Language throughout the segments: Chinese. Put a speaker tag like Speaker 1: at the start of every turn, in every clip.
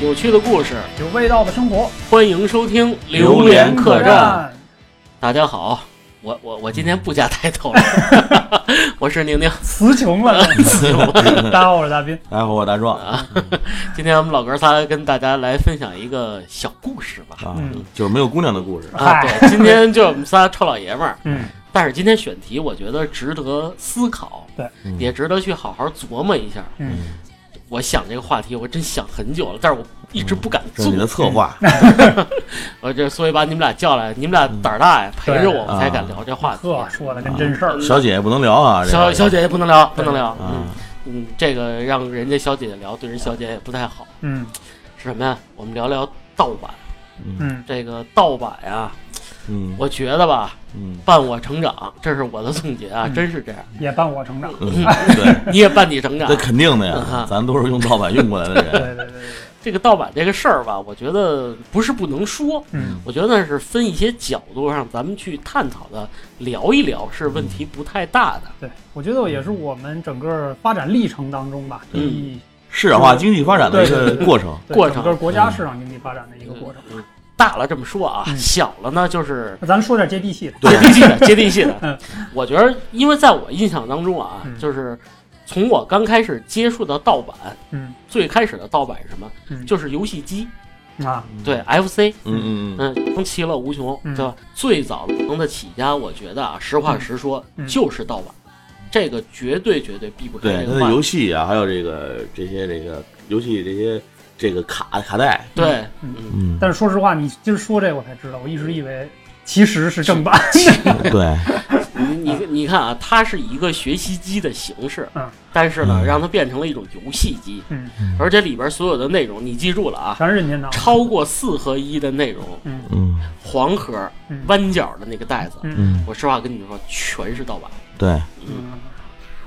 Speaker 1: 有趣的故事，
Speaker 2: 有味道的生活，
Speaker 1: 欢迎收听《
Speaker 3: 榴莲
Speaker 1: 客
Speaker 3: 客
Speaker 1: 栈》。大家好，我我我今天不加 抬头了， 我是宁宁。
Speaker 2: 词穷了。 大家好，我是大 斌。
Speaker 3: 来，我大壮
Speaker 1: 啊今天我们老哥仨跟大家来分享一个小故事吧。
Speaker 3: 啊
Speaker 2: 嗯，
Speaker 3: 就是没有姑娘的故事。
Speaker 1: 啊，对，今天就是我们仨臭老爷们儿，
Speaker 2: 嗯，
Speaker 1: 但是今天选题我觉得值得思考，
Speaker 3: 嗯
Speaker 1: 也值得去好好琢磨一下。
Speaker 2: 嗯
Speaker 1: 我想这个话题，我真想很久了，但是我一直不敢
Speaker 3: 这
Speaker 1: 做
Speaker 3: 嗯是。你的策划，
Speaker 1: 嗯我这所以把你们俩叫来，你们俩胆儿大呀，陪着我
Speaker 3: 对
Speaker 1: 我才敢聊这话题。
Speaker 2: 呵，说的跟真事儿。
Speaker 3: 小姐姐不能聊啊，这
Speaker 1: 小
Speaker 3: 个
Speaker 1: 小姐姐不能聊，不能聊。嗯
Speaker 3: 啊，
Speaker 1: 嗯，这个让人家小姐姐聊，对人小姐也不太好。
Speaker 2: 嗯
Speaker 1: 是什么呀？我们聊聊盗版。
Speaker 3: 嗯
Speaker 2: 嗯
Speaker 1: 这个盗版呀，
Speaker 3: 嗯
Speaker 1: 我觉得吧，
Speaker 3: 嗯
Speaker 1: 伴我成长，这是我的总结啊，
Speaker 2: 嗯
Speaker 1: 真是这样。
Speaker 2: 也伴我成长。
Speaker 3: 嗯，对，
Speaker 1: 你也伴你成长
Speaker 3: 这。肯定的
Speaker 1: 啊
Speaker 3: 呀，咱都是用盗版运过来
Speaker 2: 对
Speaker 3: 的人。
Speaker 2: 对对对对，
Speaker 1: 这个盗版这个事儿吧，我觉得不是不能说，
Speaker 2: 嗯
Speaker 1: 我觉得是分一些角度让咱们去探讨的，聊一聊是问题不太大的。
Speaker 2: 对，我觉得也是我们整个发展历程当中吧，
Speaker 1: 嗯
Speaker 2: 一
Speaker 3: 市场化经济发展的一
Speaker 2: 对
Speaker 3: 个
Speaker 2: 对对
Speaker 3: 过程，
Speaker 2: 对
Speaker 1: 过程
Speaker 2: 整个国家市场经济发展的一个过程。
Speaker 1: 嗯大了这么说啊，
Speaker 2: 嗯
Speaker 1: 小了呢就是
Speaker 2: 那咱说点接地气的。
Speaker 1: 接地气 的，接地气的
Speaker 2: 嗯。
Speaker 1: 我觉得，因为在我印象当中啊，
Speaker 2: 嗯
Speaker 1: 就是从我刚开始接触到盗版，
Speaker 2: 嗯
Speaker 1: 最开始的盗版是什么？
Speaker 2: 嗯
Speaker 1: 就是游戏机，
Speaker 2: 啊，
Speaker 1: 对 FC，
Speaker 3: 嗯嗯嗯
Speaker 1: 嗯，能其乐无穷，
Speaker 2: 嗯
Speaker 1: 对吧？最早能的起家，我觉得啊，实话实说，
Speaker 2: 嗯
Speaker 1: 就是盗版，这个绝对绝对避不开
Speaker 3: 对，
Speaker 1: 这
Speaker 3: 它
Speaker 1: 个
Speaker 3: 的
Speaker 1: 话。
Speaker 3: 游戏啊，还有这个这些这个游戏这些这个卡卡带，
Speaker 1: 对，
Speaker 2: 嗯
Speaker 1: 嗯，
Speaker 3: 嗯，
Speaker 2: 但是说实话，你今儿说这我才知道，我一直以为其实是正版。
Speaker 3: 对，
Speaker 1: 你你你看啊，它是一个学习机的形式
Speaker 2: 嗯，
Speaker 1: 但是呢，
Speaker 3: 嗯
Speaker 1: 让它变成了一种游戏机，
Speaker 2: 嗯，
Speaker 1: 而且里边所有的内容，你记住了啊，
Speaker 2: 全是任天堂。
Speaker 1: 超过四合一的内容，
Speaker 2: 嗯
Speaker 3: 嗯
Speaker 1: 黄盒
Speaker 2: 嗯
Speaker 1: 弯角的那个袋子，
Speaker 2: 嗯
Speaker 3: 嗯，
Speaker 1: 我实话跟你们说，全是盗版。
Speaker 3: 对。
Speaker 2: 嗯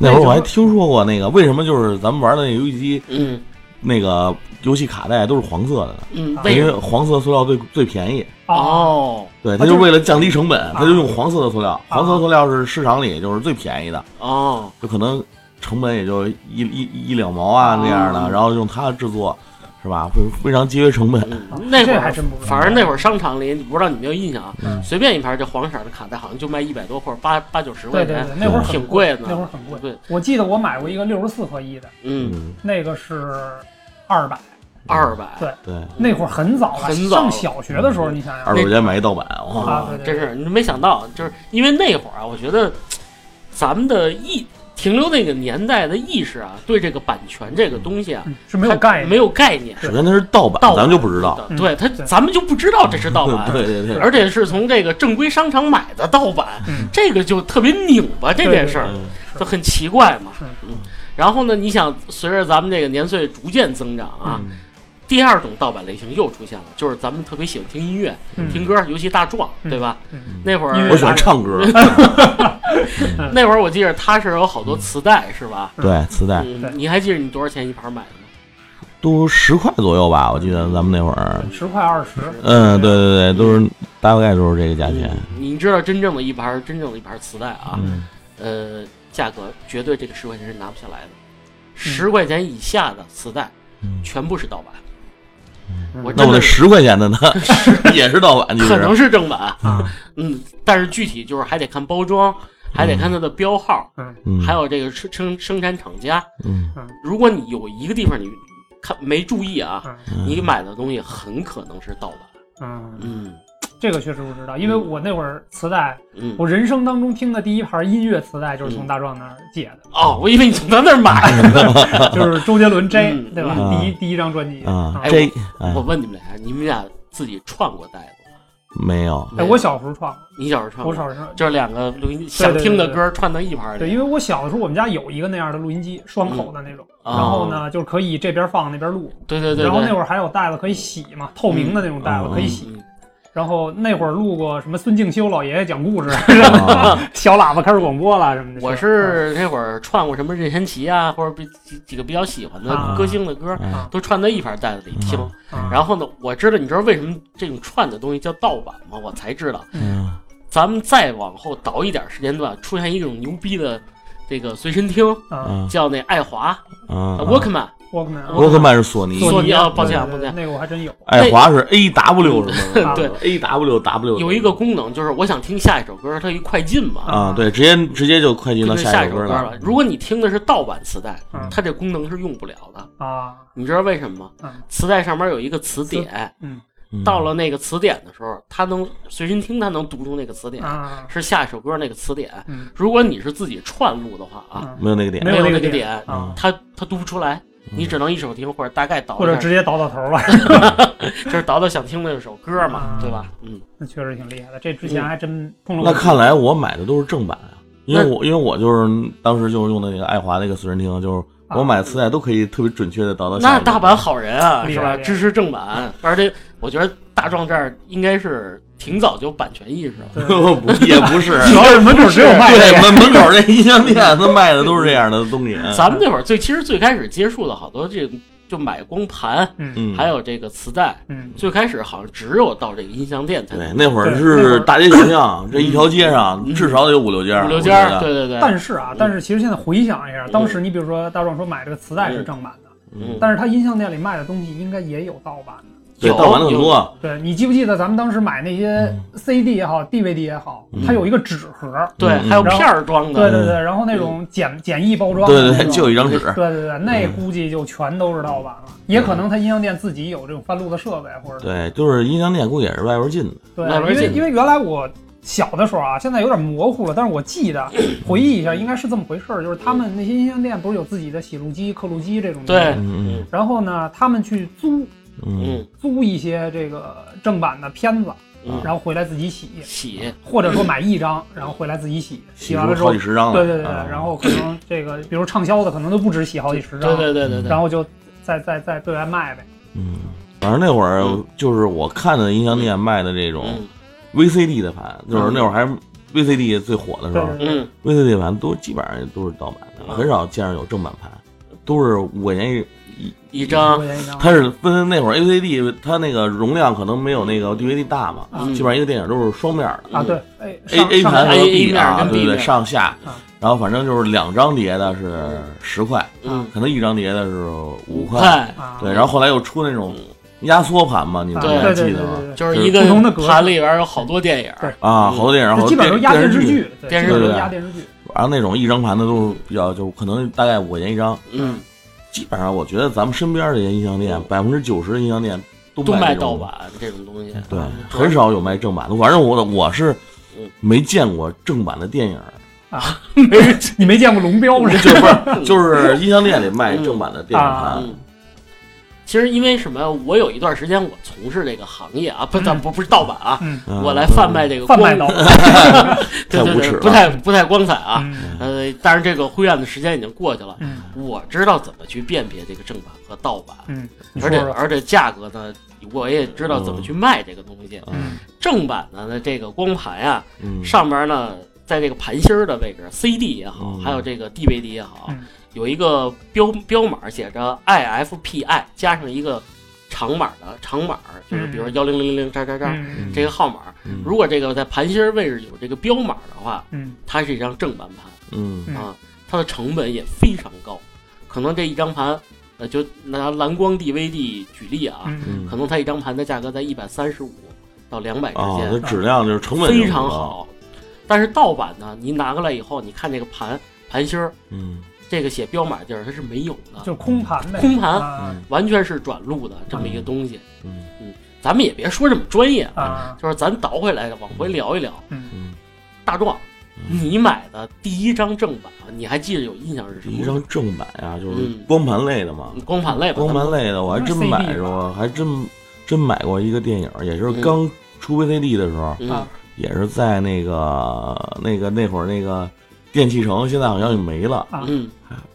Speaker 3: 那会儿我还听说过那个，为什么就是咱们玩的那游戏机
Speaker 1: 嗯
Speaker 3: 那个游戏卡带都是黄色的呢？
Speaker 1: 嗯，
Speaker 2: 啊
Speaker 1: 为
Speaker 3: 因
Speaker 1: 什
Speaker 3: 为
Speaker 1: 么？
Speaker 3: 黄色塑料最最便宜，
Speaker 2: 哦，
Speaker 1: 哦啊
Speaker 3: 对，
Speaker 2: 啊
Speaker 3: 他
Speaker 2: 就
Speaker 3: 就是为了降低成本，他就用黄色的塑料，黄色塑料是市场里就是最便宜的，
Speaker 1: 哦，
Speaker 3: 就可能成本也就一一一一两毛啊那
Speaker 1: 啊
Speaker 3: 样的，然后用它制作，是吧？非非常节约成本。
Speaker 1: 嗯
Speaker 2: 啊
Speaker 1: 那会
Speaker 2: 这
Speaker 1: 儿
Speaker 2: 还真不知道
Speaker 1: 反正那会儿商场里，你不知道你有没有印象啊？
Speaker 3: 嗯
Speaker 1: 随便一盘这黄色的卡带，好像就卖一百多或者八八九十块
Speaker 2: 对对
Speaker 1: 钱，
Speaker 2: 对，那会儿很
Speaker 1: 挺贵的。
Speaker 2: 那会儿很贵。
Speaker 1: 对，
Speaker 2: 我记得我买过一个六十四合一的，
Speaker 1: 嗯，
Speaker 3: 嗯，
Speaker 2: 那个是二百，
Speaker 1: 二百。
Speaker 2: 对
Speaker 3: 对，
Speaker 2: 那会儿很早了，
Speaker 1: 嗯很早嗯
Speaker 2: 上小学的时候，你想
Speaker 3: 二
Speaker 2: 想，
Speaker 3: 百块钱买一盗版，哇，
Speaker 2: 啊对对
Speaker 1: 哦真是你没想到，就是因为那会儿啊，我觉得咱们的意停留那个年代的意识啊，对这个版权这个东西啊，
Speaker 2: 嗯是没有概念，
Speaker 1: 没有概念。
Speaker 2: 对
Speaker 3: 首先它是盗版，
Speaker 1: 盗版
Speaker 3: 咱们就不知道。
Speaker 1: 的对
Speaker 2: 嗯
Speaker 1: 他，
Speaker 2: 对
Speaker 1: 咱们就不知道这是盗版，
Speaker 3: 嗯 对对对，
Speaker 1: 而且是从这个正规商场买的盗版，
Speaker 2: 嗯
Speaker 1: 这个就特别拧巴这件事儿，
Speaker 3: 嗯
Speaker 2: 对
Speaker 1: 就很奇怪嘛
Speaker 2: 是。
Speaker 1: 嗯，然后呢，你想随着咱们这个年岁逐渐增长啊，
Speaker 3: 嗯
Speaker 1: 第二种盗版类型又出现了，就是咱们特别喜欢听音乐、
Speaker 2: 嗯
Speaker 1: 听歌，尤其大壮，对吧？
Speaker 2: 嗯
Speaker 1: 那会
Speaker 2: 音
Speaker 1: 儿
Speaker 2: 乐
Speaker 3: 我喜欢 唱歌，
Speaker 1: 那会儿我记着他是有好多磁带，是吧？
Speaker 3: 嗯对，磁带
Speaker 1: 嗯
Speaker 2: 对
Speaker 1: 你还记得你多少钱一盘买的吗？
Speaker 3: 都十块左右吧，我记得咱们那会儿，
Speaker 2: 十块二十，
Speaker 3: 嗯，对对对，都是大概都是这个价钱。
Speaker 1: 嗯你知道真正的一盘真正的一盘磁带啊，
Speaker 3: 嗯，
Speaker 1: 呃，价格绝对这个十块钱是拿不下来的，
Speaker 2: 嗯
Speaker 1: 十块钱以下的磁带
Speaker 3: 嗯
Speaker 1: 全部是盗版。
Speaker 2: 嗯
Speaker 1: 我
Speaker 3: 那
Speaker 1: 真
Speaker 3: 我
Speaker 1: 的
Speaker 3: 这十块钱的呢，也是盗版，你
Speaker 1: 可能是正版，
Speaker 2: 啊，
Speaker 1: 嗯，但是具体就是还得看包装，还得看它的标号，
Speaker 2: 嗯
Speaker 3: 嗯
Speaker 1: 还有这个生生生产厂家。
Speaker 3: 嗯
Speaker 1: 如果你有一个地方你看没注意啊，
Speaker 2: 嗯
Speaker 3: 嗯
Speaker 1: 你买的东西很可能是盗版。
Speaker 2: 嗯，
Speaker 1: 嗯
Speaker 2: 这个确实不知道，因为我那会儿磁带，
Speaker 1: 嗯。
Speaker 2: 我人生当中听的第一盘音乐磁带就是从大壮那儿借的，
Speaker 1: 哦，我以为你从咱那儿买的。
Speaker 2: 就是周杰 伦 J，
Speaker 1: 嗯
Speaker 2: 对吧？
Speaker 3: 嗯
Speaker 2: 第一第一张专辑
Speaker 3: 啊
Speaker 2: 啊，
Speaker 1: 哎
Speaker 3: 这
Speaker 1: 我
Speaker 3: 啊
Speaker 1: 问你们俩，你们俩自己串过带子吗？
Speaker 3: 没有，
Speaker 2: 哎，我小时候创，
Speaker 1: 你小时候串
Speaker 2: 我
Speaker 1: 过？
Speaker 2: 小时候。
Speaker 1: 就是两个录音想听的歌串到一盘儿
Speaker 2: 对，
Speaker 1: 里。
Speaker 2: 因为我小的时候，我们家有一个那样的录音机，双口的那种，
Speaker 1: 嗯
Speaker 2: 然后呢，就是可以这边放那边录，
Speaker 1: 对对对，
Speaker 2: 然后那
Speaker 1: 儿
Speaker 2: 会儿还有袋子可以洗嘛，透明的那种袋子可以洗。
Speaker 1: 嗯
Speaker 2: 然后那会儿录过什么孙敬修老爷爷讲故事，
Speaker 3: 啊
Speaker 2: 小喇叭开始广播了什么的。
Speaker 1: 我是那会儿串过什么任贤齐啊，或者比几几个比较喜欢的
Speaker 2: 啊
Speaker 1: 歌星的歌，
Speaker 3: 啊
Speaker 1: 都串在一盘袋子里听。
Speaker 2: 嗯，
Speaker 1: 然后呢，我知道你知道为什么这种串的东西叫盗版吗？我才知道，
Speaker 3: 嗯
Speaker 1: 咱们再往后倒一点时间段，出现一种牛逼的这个随身听，
Speaker 2: 后
Speaker 3: 嗯
Speaker 1: 叫那爱华
Speaker 3: 啊，
Speaker 1: 呃 Walkman，
Speaker 2: Walkman，
Speaker 1: 我
Speaker 2: 啊
Speaker 1: 可
Speaker 3: 沃克曼是索尼，
Speaker 1: 索尼啊，抱
Speaker 2: 对
Speaker 1: 歉
Speaker 2: 对
Speaker 1: 啊抱歉，
Speaker 2: 那个我还真有。
Speaker 3: 爱华是 A W 什 么
Speaker 1: 对
Speaker 3: ，A W W
Speaker 1: 有一个功能就是我想听下一首歌，它一快进嘛，
Speaker 3: 啊，对，直接直接就快进
Speaker 1: 就
Speaker 3: 嗯到
Speaker 1: 是下
Speaker 3: 一
Speaker 1: 首
Speaker 3: 歌
Speaker 1: 歌了。如果你听的是盗版磁带
Speaker 2: 嗯，
Speaker 1: 它这功能是用不了的。
Speaker 2: 啊，
Speaker 1: 你知道为什么吗？
Speaker 2: 嗯
Speaker 1: 磁带上面有一个词典，
Speaker 2: 嗯
Speaker 3: 嗯
Speaker 1: 到了那个词典的时候，它能随身听，它能读出那个词典，
Speaker 2: 啊，
Speaker 1: 是下一首歌那个词典。
Speaker 2: 嗯
Speaker 1: 如果你是自己串录的话啊，
Speaker 2: 啊，
Speaker 3: 嗯没有那个点
Speaker 2: 没有
Speaker 1: 那
Speaker 2: 那个
Speaker 1: 点，嗯
Speaker 2: 啊，
Speaker 1: 它它读不出来，你只能一手听或者大概倒
Speaker 2: 嗯或者
Speaker 1: 一下
Speaker 2: 直，接倒到头 了，
Speaker 1: 就是倒到想听的那首歌嘛
Speaker 2: 啊，
Speaker 1: 对吧？嗯，
Speaker 2: 那确实挺厉害的。这之前还真碰了。
Speaker 3: 那看来我买的都是正版啊，因为
Speaker 1: 那
Speaker 3: 我因为我就是当时就是用的那个爱华那个随身听，就是我买磁带都可以特别准确的导到下
Speaker 1: 那
Speaker 3: 一个
Speaker 1: 大阪好人啊，
Speaker 2: 厉
Speaker 1: 是
Speaker 2: 害
Speaker 1: 吧？
Speaker 2: 厉害
Speaker 1: 支持正版，而且我觉得大壮这儿应该是挺早就版权意识了。
Speaker 2: 对
Speaker 3: 不也不是，
Speaker 2: 主要是门口只有卖这
Speaker 3: 对
Speaker 2: 个，
Speaker 3: 门门口那音像店他卖的都是这样的东西。
Speaker 1: 咱们那会儿最其实最开始接触的好多这就买光盘，
Speaker 2: 嗯
Speaker 3: 嗯，
Speaker 1: 还有这个磁带，
Speaker 2: 嗯，
Speaker 1: 最开始好像只有到这个音像店才
Speaker 3: 对
Speaker 1: 能
Speaker 3: 那会儿
Speaker 2: 对那会
Speaker 3: 是
Speaker 2: 儿
Speaker 3: 大街小巷，这一条街上
Speaker 1: 嗯
Speaker 3: 至少得有五六家，
Speaker 1: 五六
Speaker 3: 我觉
Speaker 1: 家，
Speaker 3: 得，
Speaker 1: 对对对，
Speaker 2: 但是啊，但是其实现在回想一下，
Speaker 1: 嗯
Speaker 2: 当时你比如说大壮说买这个磁带是正版的，
Speaker 1: 嗯
Speaker 2: 但是他音像店里卖的东西应该也有盗版的。
Speaker 3: 对，
Speaker 1: 有
Speaker 3: 盗版的很多，啊，
Speaker 2: 对你记不记得咱们当时买那些 CD 也好，DVD 也好，它有一个纸盒，
Speaker 1: 对，
Speaker 3: 嗯
Speaker 1: 还有片儿装
Speaker 2: 对
Speaker 1: 的，
Speaker 2: 对对，然后那种简简易包装的那
Speaker 3: 对
Speaker 2: 种，
Speaker 3: 对对，就有一张纸，
Speaker 2: 对对对，那估计就全都是盗版了，也可能他音像店自己有这种翻录的设备，或者
Speaker 3: 对，就是音像店估计也是外边进的，
Speaker 2: 对，
Speaker 1: 慢慢
Speaker 2: 因为
Speaker 1: 进
Speaker 2: 因为原来我小的时候啊，现在有点模糊了，但是我记得回忆一下，应该是这么回事儿，就是他们那些音像店不是有自己的洗录机、刻录机这种东西
Speaker 1: 对，
Speaker 3: 嗯
Speaker 2: 然后呢，他们去租
Speaker 3: 嗯
Speaker 1: 嗯
Speaker 2: 租一些这个正版的片子，
Speaker 1: 嗯，
Speaker 2: 然后回来自己洗，
Speaker 1: 洗，
Speaker 2: 或者说买一张，然后回来自己洗，洗
Speaker 3: 洗
Speaker 2: 完了
Speaker 3: 出
Speaker 2: 之后
Speaker 3: 好几，十张来，
Speaker 2: 对对对，
Speaker 3: 啊
Speaker 2: 然后可能这个比如畅销的，可能都不止洗好几十
Speaker 1: 对
Speaker 2: 张，
Speaker 1: 对对对对
Speaker 2: 然，后就再再再对外卖呗。
Speaker 3: 嗯，反正那会儿就是我看的音像店卖的这种
Speaker 1: 嗯
Speaker 3: VCD 的盘，就是那会儿还 VCD 最火的时候
Speaker 2: 对对
Speaker 1: 嗯，
Speaker 3: ，VCD 盘都基本上都是盗版
Speaker 1: 啊
Speaker 3: 的，很少见着有正版盘，都是五块钱一。
Speaker 1: 一
Speaker 2: 五
Speaker 1: 张
Speaker 2: 块钱一张，
Speaker 3: 它是分那会儿 AVD，它那个容量可能没有那个 DVD 大嘛，
Speaker 2: 啊
Speaker 1: 嗯
Speaker 3: 基本上一个电影都是双面的
Speaker 2: 啊，对，A
Speaker 3: ，A A
Speaker 2: 上
Speaker 3: 盘和
Speaker 2: 上
Speaker 1: A- A 面
Speaker 3: 啊，
Speaker 1: 跟 B
Speaker 3: 对对，
Speaker 1: 面
Speaker 3: 上下
Speaker 2: 啊，
Speaker 3: 然后反正就是两张碟的是十块，
Speaker 1: 嗯，
Speaker 3: 可能一张碟的是五块，
Speaker 1: 快，
Speaker 2: 啊，
Speaker 3: 对，然后后来又出那种压缩盘嘛，你们
Speaker 2: 啊
Speaker 1: 对
Speaker 3: 还
Speaker 2: 对
Speaker 3: 记
Speaker 2: 对对
Speaker 3: 得吗？
Speaker 2: 对
Speaker 1: 就是一
Speaker 2: 不同
Speaker 1: 个
Speaker 2: 的格式
Speaker 1: 盘里边有好多电影儿，
Speaker 3: 啊，
Speaker 1: 嗯
Speaker 3: 好多电影，
Speaker 2: 对，这
Speaker 3: 好多
Speaker 2: 基本上都
Speaker 3: 电
Speaker 2: 是压电视
Speaker 3: 剧，
Speaker 2: 剧，对
Speaker 1: 电视
Speaker 2: 基本
Speaker 3: 剧
Speaker 2: 都是压电视剧，
Speaker 3: 然后那种一张盘的都是比较就可能大概五块钱一张，
Speaker 1: 嗯，
Speaker 3: 基本上我觉得咱们身边这些音像店，百分之九十的音像店都
Speaker 1: 都卖
Speaker 3: 这
Speaker 1: 盗
Speaker 3: 种
Speaker 1: 版啊这种东西，嗯
Speaker 3: 对，
Speaker 1: 主
Speaker 3: 很少有卖正版的。反正我我是
Speaker 1: 嗯
Speaker 3: 没见过正版的电影，
Speaker 1: 没人
Speaker 2: 你没见过龙标是吧？
Speaker 3: 就是不是就是音像店里卖正版的电影盘。
Speaker 1: 嗯，其实因为什么？我有一段时间我从事这个行业啊，不，咱不不是盗版啊，
Speaker 2: 嗯，
Speaker 3: 嗯
Speaker 1: 我来贩卖这个
Speaker 2: 贩
Speaker 1: 光，
Speaker 2: 卖盗版，
Speaker 1: 对对
Speaker 3: 太无
Speaker 1: 对，
Speaker 3: 耻了
Speaker 1: 不太不太光彩啊。
Speaker 2: 嗯
Speaker 1: 呃，但是这个灰暗的时间已经过去了，
Speaker 2: 嗯
Speaker 1: 我知道怎么去辨别这个正版和盗版，
Speaker 2: 嗯，你
Speaker 1: 而
Speaker 2: 说
Speaker 1: 且
Speaker 2: 说，
Speaker 1: 而且价格呢，我也知道怎么去卖这个东西。
Speaker 3: 啊
Speaker 2: 嗯
Speaker 1: 正版的呢，这个光盘啊，
Speaker 3: 嗯，
Speaker 1: 上边呢，在这个盘芯儿的位置，CD 也好，
Speaker 3: 嗯
Speaker 1: 还有这个 DVD 也好，
Speaker 2: 嗯
Speaker 1: 有一个标标码写着 IFPI 加上一个长码的长码，就是比如幺零零零零叉叉叉
Speaker 2: 嗯
Speaker 1: 这个号码。
Speaker 3: 嗯
Speaker 1: 如果这个在盘芯儿位置有这个标码的话，
Speaker 2: 嗯
Speaker 1: 它是一张正版盘
Speaker 3: 嗯
Speaker 2: 嗯
Speaker 1: 啊，它的成本也非常高，可能这一张盘，呃，就拿蓝光 DVD 举例啊，
Speaker 2: 嗯
Speaker 3: 嗯
Speaker 1: 可能它一张盘的价格在一百三十五到两百之
Speaker 3: 啊，
Speaker 1: 间，
Speaker 3: 它质量就是成本就
Speaker 1: 非
Speaker 3: 很
Speaker 1: 常
Speaker 3: 高，
Speaker 1: 好。但是盗版呢，你拿过来以后，你看这个盘盘芯儿，
Speaker 3: 嗯
Speaker 1: 这个写标码地儿它是没有的，
Speaker 2: 就是空盘呗，
Speaker 1: 空盘
Speaker 2: 啊
Speaker 1: 完全是转录的这么一个东西。
Speaker 3: 嗯
Speaker 1: 咱们也别说这么专业，
Speaker 2: 啊，
Speaker 1: 就是咱倒回来往回聊一聊。
Speaker 3: 嗯，
Speaker 1: 大壮，
Speaker 3: 嗯
Speaker 1: 你买的第一张正版，你还记得有印象是什么？
Speaker 3: 一张正版呀，就是
Speaker 1: 嗯
Speaker 3: 光盘类的嘛，
Speaker 1: 光盘类吧，
Speaker 3: 光盘类的我还真买过，还真真买过一个电影，也就是
Speaker 1: 嗯
Speaker 3: 刚出 VCD 的时候，
Speaker 1: 咱们
Speaker 2: 啊
Speaker 3: 也是在那个那个那会儿那个电器城，现在好像也没了。
Speaker 2: 啊
Speaker 1: 嗯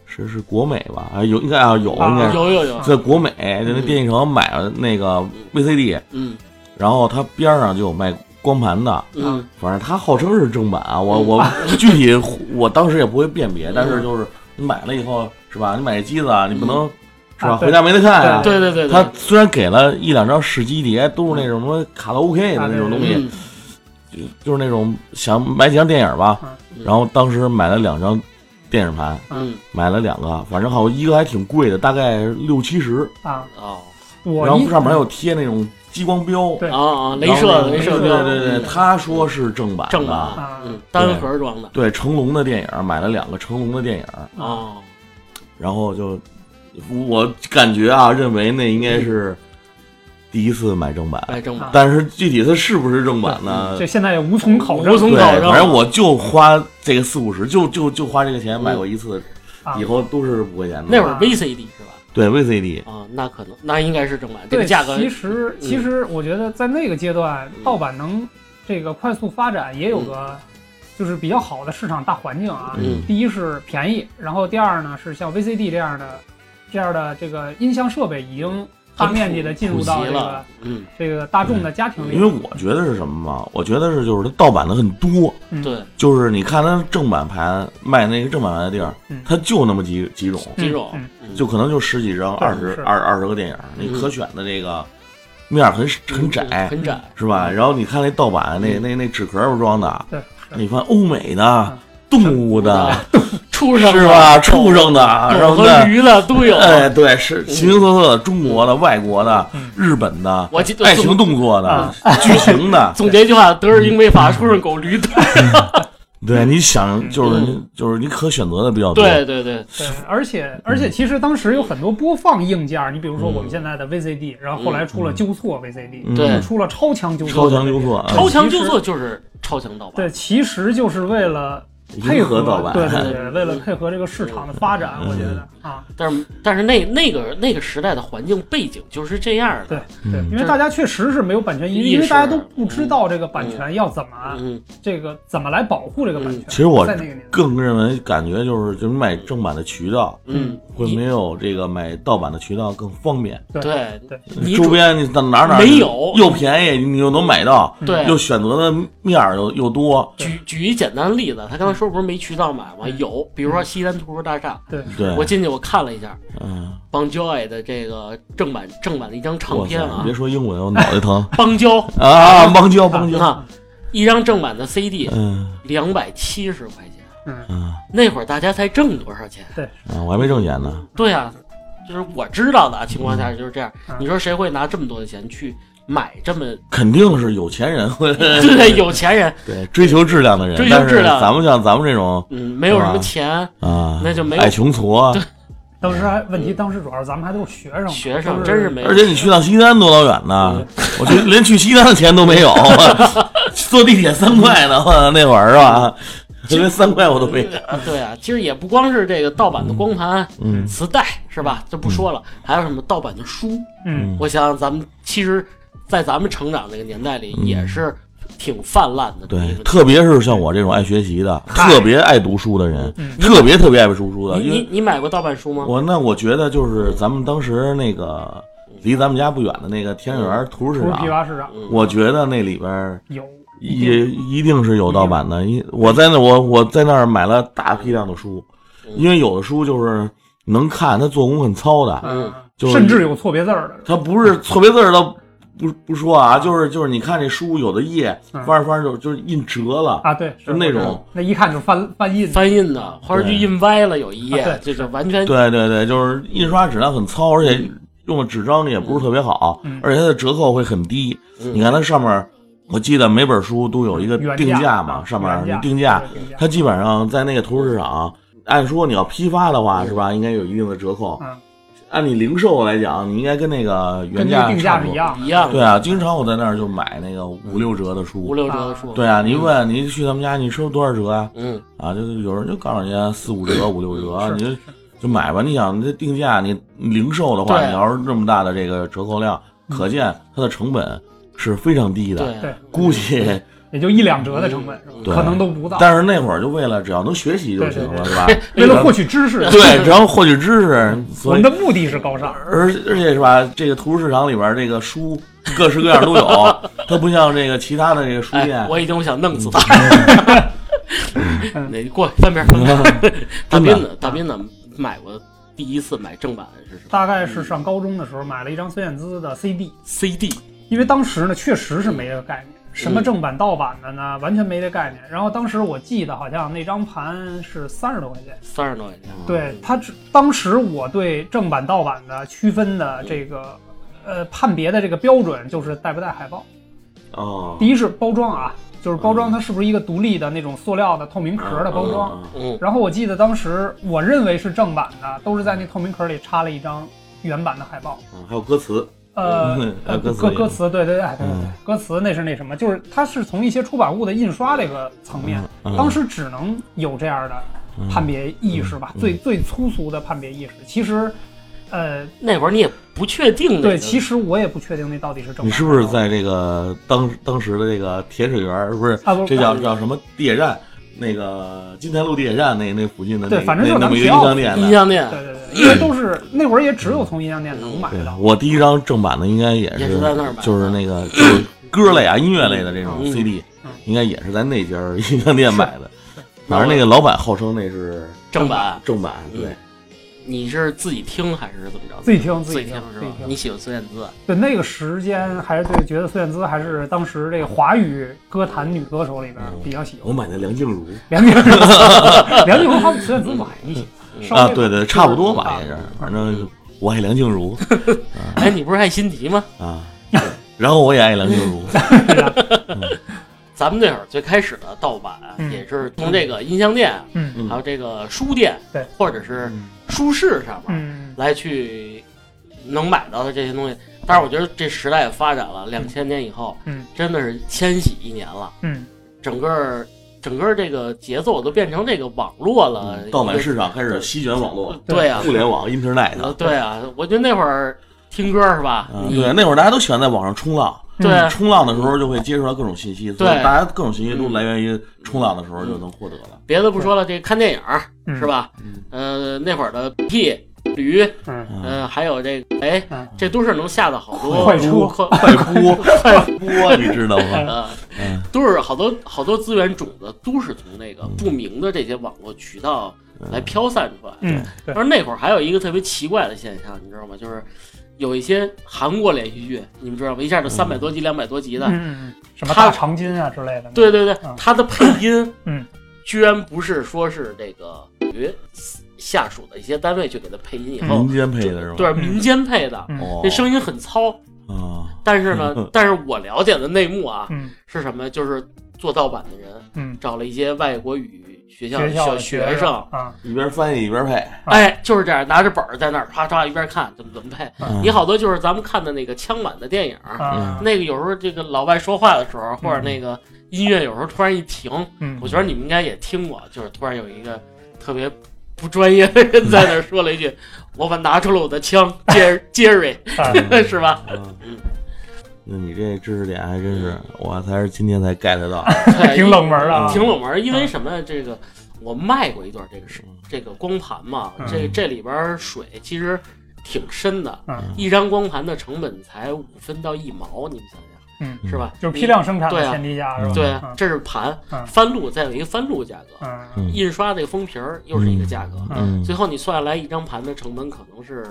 Speaker 3: 是是国美吧？啊，有应该啊有，
Speaker 2: 啊
Speaker 3: 应该
Speaker 1: 嗯，
Speaker 3: 是
Speaker 1: 有嗯有有，
Speaker 3: 在国美就那电器城买了那个 VCD，
Speaker 1: 嗯
Speaker 3: 然后它边上就有卖光盘的，
Speaker 1: 嗯
Speaker 3: 反正它号称是正版啊，我
Speaker 1: 嗯
Speaker 3: 我具体我当时也不会辨别，但是就是你买了以后是吧？你买这机子啊，你不能是吧？
Speaker 2: 啊对
Speaker 3: 回家没得看
Speaker 2: 对
Speaker 3: 啊。
Speaker 1: 嗯对对对对，
Speaker 3: 它虽然给了一两张试机碟，都是那种什么卡拉 OK 的
Speaker 2: 啊
Speaker 3: 那种东
Speaker 2: 对
Speaker 3: 西，
Speaker 1: 嗯
Speaker 3: 就就是那种想买几张电影吧
Speaker 2: 嗯，
Speaker 3: 然后当时买了两张电视盘，
Speaker 1: 嗯
Speaker 3: 买了两个，反正好一个还挺贵的，大概六七十，
Speaker 2: 啊，
Speaker 1: 哦
Speaker 2: 我
Speaker 3: 然后
Speaker 2: 一
Speaker 3: 上面还有贴那种激光标，
Speaker 2: 对
Speaker 1: 啊啊，
Speaker 3: 然
Speaker 1: 镭
Speaker 3: 后
Speaker 1: 射
Speaker 3: 那个
Speaker 1: 镭射
Speaker 3: 对
Speaker 1: 标，嗯
Speaker 3: 对对对，他说是正版的，
Speaker 1: 正版
Speaker 2: 啊
Speaker 1: 嗯，单盒装的
Speaker 3: 对成龙的电影，买了两个成龙的电影，
Speaker 2: 啊
Speaker 1: 哦，
Speaker 3: 然后就我感觉啊，认为那应该是第一次买正版，
Speaker 1: 哎，正版
Speaker 3: 但是具体它是不是正版呢
Speaker 2: 嗯这？现在也无从考
Speaker 1: 嗯
Speaker 2: 证
Speaker 1: 无从
Speaker 3: 对，
Speaker 1: 考证
Speaker 3: 反正我就花这个四五十，就就就花这个钱买过一次，
Speaker 2: 啊
Speaker 3: 以。后都是不会钱的。
Speaker 1: 那会儿 VCD 是吧？
Speaker 3: 对 VCD，
Speaker 1: 啊，那可能那应该是正版，这
Speaker 2: 对，
Speaker 1: 个价格
Speaker 2: 其实其实我觉得在那个阶段，
Speaker 1: 嗯
Speaker 2: 盗版能这个快速发展，也有个就是比较好的市场大环境啊。
Speaker 1: 嗯
Speaker 2: 第一是便宜，然后第二呢是像 VCD 这样的这样的这个音箱设备已经大面积的进入到
Speaker 1: 普
Speaker 2: 这
Speaker 1: 及
Speaker 2: 个
Speaker 1: 了，嗯，
Speaker 2: 这个大众的家庭里。
Speaker 3: 因为我觉得是什么嘛？我觉得是就是它盗版的很多，
Speaker 2: 嗯
Speaker 1: 对，
Speaker 3: 就是你看它正版盘卖那个正版盘的地儿
Speaker 2: 嗯，
Speaker 3: 它就那么几几种，
Speaker 1: 这种
Speaker 2: 嗯
Speaker 1: 嗯
Speaker 3: 就可能就十几张、
Speaker 2: 对
Speaker 3: 二十
Speaker 2: 是
Speaker 3: 二二十个电影，你可选的这个面儿很很窄，
Speaker 1: 嗯很窄，
Speaker 3: 是吧？然后你看那盗版那那那纸壳儿装的，
Speaker 2: 对，是
Speaker 3: 你看欧美的、动物的，
Speaker 1: 啊畜生
Speaker 3: 是
Speaker 1: 的
Speaker 3: 吧？畜生的，然
Speaker 1: 狗
Speaker 3: 后
Speaker 1: 和
Speaker 3: 呢？
Speaker 1: 鱼的都有。啊
Speaker 3: 哎，对，是形形色色的，中国的、外国的
Speaker 2: 嗯、
Speaker 3: 日本的，
Speaker 1: 我记得
Speaker 3: 爱情
Speaker 1: 总
Speaker 3: 动作的
Speaker 2: 啊、
Speaker 3: 剧情 的，
Speaker 1: 总结一句话：德尔英没法，畜生狗驴都。
Speaker 3: 对，你想就是
Speaker 1: 嗯
Speaker 3: 你就是你可选择的比较多，嗯
Speaker 1: 对对对，
Speaker 2: 对，而且而且，其实当时有很多播放硬件，你比如说我们现在的 VCD，然后后来出了纠错 VCD，
Speaker 3: 嗯
Speaker 1: 嗯对
Speaker 2: 就出了超强纠
Speaker 3: 超
Speaker 2: 错，
Speaker 3: 强纠错，啊
Speaker 1: 超强纠错就是超强盗版。
Speaker 2: 对，其实就是为了配
Speaker 3: 迎
Speaker 2: 合
Speaker 3: 合盗版，
Speaker 2: 对对对，
Speaker 1: 嗯
Speaker 2: 为了配合这个市场的发展，
Speaker 3: 嗯
Speaker 2: 我觉得啊，
Speaker 1: 但是但是那那个那个时代的环境背景就是这样的。
Speaker 2: 对对，
Speaker 3: 嗯
Speaker 2: 因为大家确实是没有版权意识，
Speaker 1: 意识
Speaker 2: 因为大家都不知道这个版权要怎么
Speaker 1: 嗯，
Speaker 2: 这个怎么来保护这个版权。
Speaker 3: 其实我
Speaker 2: 在那个年代，
Speaker 3: 更认为感觉就是就是买正版的渠道
Speaker 1: 嗯，
Speaker 3: 会
Speaker 1: 你
Speaker 3: 没有这个买盗版的渠道更方便，
Speaker 1: 对
Speaker 2: 对
Speaker 1: 你
Speaker 3: 周
Speaker 1: 主
Speaker 3: 边你到哪儿哪儿
Speaker 1: 没有
Speaker 3: 又便宜，你又能买到，
Speaker 2: 嗯
Speaker 1: 对
Speaker 3: 又选择的面儿又又多，
Speaker 1: 举举一简单的例子，他刚才说不是没渠道买吗？
Speaker 2: 嗯
Speaker 1: 有，比如说西单图书大厦，
Speaker 2: 对，
Speaker 3: 对，
Speaker 1: 我进去我看了一下
Speaker 3: 嗯，
Speaker 1: 邦交爱的这个正版正版的一张唱
Speaker 3: 哇塞
Speaker 1: 片啊
Speaker 3: 你别，说英文，我脑袋 疼
Speaker 1: 邦交
Speaker 3: 啊！邦交 邦交，
Speaker 1: 啊，一张正版的 CD
Speaker 3: 嗯
Speaker 1: 两百七十块钱，
Speaker 2: 嗯，
Speaker 3: 嗯
Speaker 1: 那会儿大家才挣多少钱？
Speaker 3: 嗯，我还没挣钱呢，
Speaker 1: 对啊，就是我知道的啊情况下就是这样
Speaker 2: 嗯。
Speaker 1: 你说谁会拿这么多的钱去买这么
Speaker 3: 肯定是有钱人 会
Speaker 1: 对有钱人？
Speaker 3: 对追求质量的人
Speaker 1: 追，求
Speaker 3: 但
Speaker 1: 质
Speaker 3: 是
Speaker 1: 量
Speaker 3: 咱们像咱们这种
Speaker 1: 嗯，没有什么钱，
Speaker 3: 啊，
Speaker 1: 那就没有
Speaker 3: 爱穷矬，啊
Speaker 2: 当时还问题，当时主要是咱们还都是学生嘛，
Speaker 1: 学生
Speaker 2: 都
Speaker 1: 真是没有
Speaker 3: 而且你去趟西单多老远呢？我去连去西单的钱都没有，啊坐地铁三块呢，我那会儿是吧？连三块我 都没有。
Speaker 1: 啊对啊，其实也不光是这个盗版的光盘、
Speaker 3: 嗯
Speaker 1: 磁带是吧？这不说了，还有什么盗版的书？
Speaker 2: 嗯，
Speaker 1: 我想想，咱们其实，在咱们成长那个年代里，
Speaker 3: 嗯
Speaker 1: 也是挺泛滥的。
Speaker 3: 对
Speaker 1: 这，个
Speaker 3: 特别是像我这种爱学习的、
Speaker 1: 嗨
Speaker 3: 特别爱读书的人
Speaker 2: 嗯，
Speaker 3: 特别特别爱读书的，
Speaker 1: 你
Speaker 3: 因
Speaker 1: 你
Speaker 3: 为
Speaker 1: 你买过盗版书吗？
Speaker 3: 我那我觉得就是咱们当时那个离咱们家不远的那个天安园
Speaker 2: 图
Speaker 3: 图书市
Speaker 2: 书批
Speaker 3: 场，
Speaker 2: 发市场
Speaker 1: 嗯
Speaker 3: 我觉得那里边儿
Speaker 2: 有
Speaker 3: 也啊一定是有盗版的。因我在那我我在那儿买了大批量的书，因为有的书就是能看，它做工很糙的，
Speaker 2: 嗯，
Speaker 3: 就是
Speaker 2: 甚至有错别字儿的，
Speaker 3: 它不是错别字儿都不不说啊，就是就是你看这书有的页
Speaker 2: 嗯
Speaker 3: 翻着翻着就就是印折了，
Speaker 2: 啊，对，是
Speaker 3: 就那种。
Speaker 2: 那一看就是翻翻印的，
Speaker 1: 翻印的，或者就
Speaker 3: 对
Speaker 1: 印歪了有一页，
Speaker 2: 啊对
Speaker 1: 这就完全
Speaker 3: 对对对，就是印刷质量很糙，而且用的纸张也不是特别好，
Speaker 2: 嗯
Speaker 3: 而且它的折扣会很低。
Speaker 1: 嗯
Speaker 3: 你看它上面，我记得每本书都有一个
Speaker 2: 原
Speaker 3: 定价
Speaker 2: 价
Speaker 3: 嘛，
Speaker 2: 啊
Speaker 3: 上面
Speaker 2: 原
Speaker 3: 你定价，
Speaker 2: 对定价
Speaker 3: 它基本上在那个图书市场，按说你要批发的话是吧，应该有一定的折扣。
Speaker 2: 嗯
Speaker 3: 按你零售来讲，你应该跟那个原
Speaker 2: 跟这
Speaker 3: 价
Speaker 2: 个定
Speaker 3: 差
Speaker 2: 价
Speaker 3: 不
Speaker 2: 是一
Speaker 3: 多。
Speaker 2: 样的，
Speaker 1: 一样
Speaker 3: 对
Speaker 1: 的。
Speaker 3: 啊，经常我在那儿就买那个五六折的
Speaker 1: 五
Speaker 3: 书。
Speaker 1: 六折的书，
Speaker 3: 对啊，你一
Speaker 2: 嗯
Speaker 3: 问你去他们家，你说多少折啊？
Speaker 1: 嗯，
Speaker 3: 啊，就是有人就告诉人家四五折、五六折，
Speaker 2: 嗯
Speaker 3: 啊
Speaker 2: 是
Speaker 3: 你就就买吧。你想这定价，你零售的话，
Speaker 1: 对
Speaker 3: 你要是这么大的这个折扣量，可见它的成本是非常低的。
Speaker 1: 对
Speaker 2: 嗯
Speaker 1: 啊哎
Speaker 2: 对，嗯
Speaker 3: 估计，
Speaker 2: 也就一两折的成本，是吧
Speaker 3: 嗯对
Speaker 2: 可能都不到。
Speaker 3: 但是那会儿就为了只要能学习就行了，是吧？
Speaker 2: 为了获取知识，
Speaker 3: 对，只要获取知识，
Speaker 2: 我
Speaker 3: 所
Speaker 2: 们
Speaker 3: 以
Speaker 2: 的目的是高尚。
Speaker 3: 而而且是吧，这个图书市场里边这个书各式各样都有，它不像这个其他的这个书店
Speaker 1: 哎，，我已经我想弄
Speaker 3: 嗯
Speaker 1: 死他。 那你过去翻边儿，翻边儿。大斌子，大斌子买过第一次买正版是什么
Speaker 2: 大概是上高中的时候买了一张孙燕姿的 CD，
Speaker 1: ？CD
Speaker 2: 因为当时呢确实是没这个概念，什
Speaker 3: 嗯
Speaker 2: 么正版盗版的呢，完全没这概念。然后当时我记得好像那张盘是三十多块
Speaker 3: 嗯
Speaker 2: 钱，
Speaker 1: 三十多块钱，
Speaker 2: 对它只当时我对正版盗版的区分的这个呃判别的这个标准就是带不带海报。
Speaker 3: 哦，
Speaker 2: 第一是包装啊，就是包装它是不是一个独立的那种塑料的透明壳的包装。
Speaker 3: 嗯，
Speaker 1: 嗯
Speaker 2: 然后我记得当时我认为是正版的，都是在那透明壳里插了一张原版的海报。
Speaker 3: 嗯嗯还有歌词，
Speaker 2: 呃
Speaker 3: 嗯，还
Speaker 2: 呃歌
Speaker 3: 有歌词
Speaker 2: 歌歌词，对对对，哎对对对
Speaker 3: 嗯，
Speaker 2: 歌词那是那什么，就是它是从一些出版物的印刷这个层面，
Speaker 3: 嗯嗯
Speaker 2: 当时只能有这样的
Speaker 3: 嗯
Speaker 2: 判别意识吧，
Speaker 3: 嗯
Speaker 2: 最最粗俗的判别意识。其实，呃，
Speaker 1: 那会儿你也不确定那
Speaker 2: 对，
Speaker 1: 个
Speaker 2: 其实我也不确定那到底是正版。
Speaker 3: 你是不是在这个当当时的这个铁水园，不是
Speaker 2: 啊不
Speaker 3: 这叫
Speaker 1: 啊
Speaker 3: 叫什么地铁站？那个金台路地铁站那那附近的那
Speaker 2: 对反正就是
Speaker 3: 那那么一个
Speaker 2: 咱们
Speaker 3: 音像店
Speaker 1: 音
Speaker 3: 的。
Speaker 1: 像店
Speaker 2: 对对对，因为都是那会儿也只有从音像店能买
Speaker 3: 对
Speaker 2: 到。
Speaker 3: 我第一张正版的应该也
Speaker 1: 也是在那儿买的
Speaker 3: 就是那个就是歌类啊、音乐类的这种
Speaker 1: 嗯
Speaker 3: CD，
Speaker 2: 嗯
Speaker 3: 应该也是在那家音像店买的。反正那个老板号称那是
Speaker 1: 正版，
Speaker 3: 正版，
Speaker 1: 嗯
Speaker 3: 对，
Speaker 1: 你是自己听还是怎么着？
Speaker 2: 自己听，自
Speaker 1: 自
Speaker 2: 己
Speaker 1: 己
Speaker 2: 听，
Speaker 1: 是
Speaker 2: 自己
Speaker 1: 吧？
Speaker 2: 听
Speaker 1: 你。喜欢孙燕姿啊？
Speaker 2: 对那个时间，还是对觉得孙燕姿还是当时这个华语歌坛女歌手里边
Speaker 1: 嗯
Speaker 2: 比较喜
Speaker 3: 我
Speaker 2: 欢。
Speaker 3: 买的梁静茹
Speaker 2: 梁静茹，梁静茹她比孙燕姿晚一些，稍
Speaker 1: 哦
Speaker 2: 微
Speaker 3: 啊，对对，差不多吧，
Speaker 2: 啊
Speaker 3: 也是，反正我爱梁静茹
Speaker 1: 哎，你不是爱辛迪吗？
Speaker 3: 啊，然后我也爱梁静 茹，
Speaker 1: 咱们那会儿最开始的盗版
Speaker 2: 嗯
Speaker 1: 也是从这个音像店，
Speaker 2: 嗯
Speaker 3: 嗯
Speaker 1: 还有这个书店，
Speaker 2: 对，
Speaker 1: 或者是书市上面
Speaker 2: 嗯，
Speaker 1: 来去能买到的这些东西。但是我觉得这时代也发展了，两千年以后，
Speaker 2: 嗯，
Speaker 1: 真的是千禧一年了，
Speaker 2: 嗯，
Speaker 1: 整个儿整个儿这个节奏都变成这个网络了，
Speaker 3: 嗯盗版市场开始席卷网络，
Speaker 1: 呃对啊，
Speaker 3: 互联网 Internet，
Speaker 1: 呃对啊，我觉得那会儿听歌是吧？
Speaker 3: 啊，
Speaker 1: 你
Speaker 3: 对，那会儿大家都喜欢在网上冲浪，
Speaker 2: 嗯
Speaker 1: 对啊
Speaker 3: 嗯冲浪的时候就会接触到各种信息，所以
Speaker 1: 对嗯
Speaker 3: 大家各种信息都来源于冲浪的时候就能获得了。
Speaker 1: 别的不说了，这看电影儿
Speaker 2: 嗯
Speaker 1: 是？吧？呃，那会儿的屁驴，
Speaker 2: 嗯，
Speaker 3: 嗯，
Speaker 1: 嗯，还有这个哎
Speaker 2: 嗯，
Speaker 1: 这都是能下的好多
Speaker 2: 快车
Speaker 1: 快
Speaker 3: 快 播快
Speaker 1: 啊
Speaker 3: 播， 你知道吗？
Speaker 1: 呃
Speaker 3: 嗯，
Speaker 1: 都是好多好多资源种子都是从那个不明的这些网络渠道来飘散出来的。
Speaker 2: 嗯，对，
Speaker 1: 但是那会儿还有一个特别奇怪的现象，你知道吗？就是有一些韩国连续剧，你们知道吗？一下就三百多集、两百多集的，
Speaker 2: 嗯，什么大长今啊之类的，
Speaker 1: 对对对
Speaker 2: 嗯，
Speaker 1: 它的配音，
Speaker 2: 嗯，
Speaker 1: 居然不是说是这个于下属的一些单位去给它配音以后
Speaker 3: 嗯民，间配的是吗？
Speaker 1: 哦对
Speaker 2: 嗯
Speaker 1: 民间配的，
Speaker 2: 嗯
Speaker 3: 哦，
Speaker 1: 这声音很糙。
Speaker 3: 啊，
Speaker 1: 但是呢，但是我了解的内幕啊，
Speaker 2: 嗯
Speaker 1: 是什么？就是做盗版的人
Speaker 2: 嗯，
Speaker 1: 找了一些外国语学校
Speaker 2: 学校
Speaker 1: 小
Speaker 2: 的
Speaker 1: 学
Speaker 2: 学
Speaker 1: 生，
Speaker 2: 啊，
Speaker 3: 一边翻译一边配。
Speaker 2: 啊
Speaker 1: 哎，就是这样拿着本儿在那儿啪嚓一边看怎么怎么配。
Speaker 2: 嗯
Speaker 1: 你好多就是咱们看的那个枪版的电影，
Speaker 2: 啊，
Speaker 1: 嗯那个有时候这个老外说话的时候，或者那个音乐有时候突然一停，
Speaker 2: 嗯
Speaker 1: 我觉得你们应该也听过，就是突然有一个特别不专业的人在那儿说了一句：“我把拿出了我的枪， 杰杰瑞，
Speaker 2: 啊
Speaker 1: 是吧
Speaker 3: 嗯那你这知识点还真是，我才是今天才 get 到。？”
Speaker 2: 挺冷门的啊
Speaker 1: 挺冷门儿，因为什么？这个我卖过一段这个是这个光盘嘛，
Speaker 2: 嗯
Speaker 1: 这这里边儿水其实挺深的，
Speaker 2: 嗯
Speaker 1: 一张光盘的成本才五分到一毛，你们想想
Speaker 2: 嗯，
Speaker 1: 是吧？
Speaker 2: 就是批量生产
Speaker 1: 对
Speaker 2: 的
Speaker 1: 啊
Speaker 2: 前提下是吧？
Speaker 1: 对啊，这是盘
Speaker 2: 嗯
Speaker 1: 翻录，再有一个翻录价格，
Speaker 2: 嗯
Speaker 3: 嗯
Speaker 1: 印刷那个封皮儿又是一个价格，
Speaker 3: 嗯
Speaker 1: 最后你算下来一张盘的成本可能是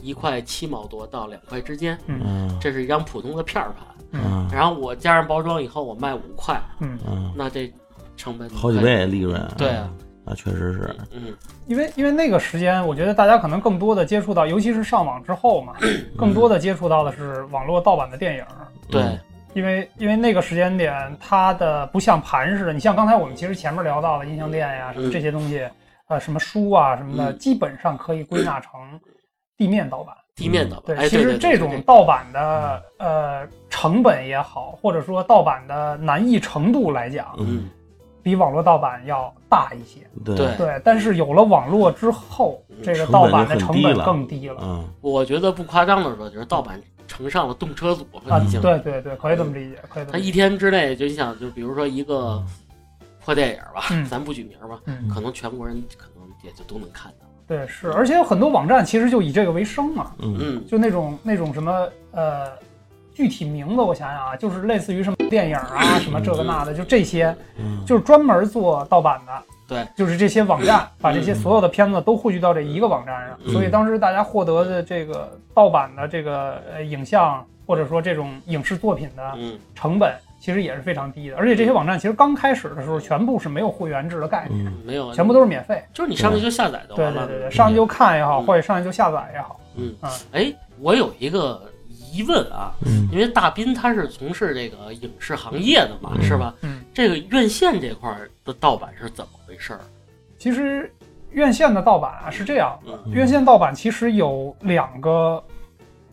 Speaker 1: 一块七毛多到两块之间，
Speaker 3: 嗯
Speaker 1: 这是一张普通的片儿盘。
Speaker 2: 嗯
Speaker 1: 然后我加上包装以后，我卖五块，
Speaker 2: 嗯，
Speaker 3: 嗯，
Speaker 1: 那这成本
Speaker 3: 好几
Speaker 1: 可以。
Speaker 3: 倍利润。
Speaker 1: 对啊，
Speaker 3: 那确实是。
Speaker 1: 嗯，
Speaker 2: 因为因为那个时间，我觉得大家可能更多的接触到，尤其是上网之后嘛，
Speaker 1: 嗯
Speaker 2: 更多的接触到的是网络盗版的电影。嗯
Speaker 1: 对，
Speaker 2: 因为因为那个时间点，它的不像盘似的，你像刚才我们其实前面聊到的音像店呀，什么这些东西，呃，什么书啊什么的，
Speaker 1: 嗯
Speaker 2: 基本上可以归纳成地面盗版。
Speaker 1: 地面的。哎，
Speaker 2: 嗯其
Speaker 1: 对
Speaker 2: 实
Speaker 1: 对对嗯
Speaker 2: 这种盗版的呃成本也好，或者说盗版的难易程度来讲，
Speaker 1: 嗯，
Speaker 2: 比网络盗版要大一些。
Speaker 3: 对
Speaker 1: 对
Speaker 2: 对，但是有了网络之后，
Speaker 1: 嗯
Speaker 2: 这个盗版的成本更低了。
Speaker 3: 嗯，
Speaker 1: 我觉得不夸张的说，就是盗版乘上了动车组
Speaker 2: 啊
Speaker 1: 嗯了，已经。，
Speaker 2: 对对对，可以这么理解，可以
Speaker 1: 他
Speaker 2: 这么理
Speaker 1: 一
Speaker 2: 解。
Speaker 1: 天之内，就你想，就比如说一个破电影吧，
Speaker 2: 嗯
Speaker 1: 咱不举名吧，
Speaker 2: 嗯
Speaker 1: 可能全国人可能也就都能看到。
Speaker 2: 对，是，而且有很多网站其实就以这个为生嘛，
Speaker 3: 嗯
Speaker 1: 嗯，
Speaker 2: 就那种那种什么呃，具体名字我想想啊，就是类似于什么电影啊，什么这个那的，就这些，
Speaker 3: 嗯，
Speaker 2: 就是专门做盗版的。
Speaker 1: 对，
Speaker 2: 就是这些网站把这些所有的片子都汇聚到这一个网站上，
Speaker 1: 嗯
Speaker 2: 所以当时大家获得的这个盗版的这个呃影像或者说这种影视作品的
Speaker 1: 嗯，
Speaker 2: 成本其实也是非常低的。而且这些网站其实刚开始的时候，全部是没有会员制的概念，
Speaker 3: 嗯，
Speaker 1: 没有啊，
Speaker 2: 全部都是免费。
Speaker 1: 就是你上去就下载就
Speaker 2: 对
Speaker 1: 完
Speaker 2: 对
Speaker 1: 了。
Speaker 2: 对对，上去就看也好，或者上去就下载也好，
Speaker 1: 哎，我有一个疑问啊，
Speaker 3: 嗯
Speaker 1: 因为大斌他是从事这个影视行业的嘛，
Speaker 3: 嗯
Speaker 1: 是吧？
Speaker 2: 嗯，
Speaker 1: 这个院线这块儿的盗版是怎么回事儿？
Speaker 2: 其实院线的盗版啊是这样的，
Speaker 1: 嗯
Speaker 2: 院线盗版其实有两个，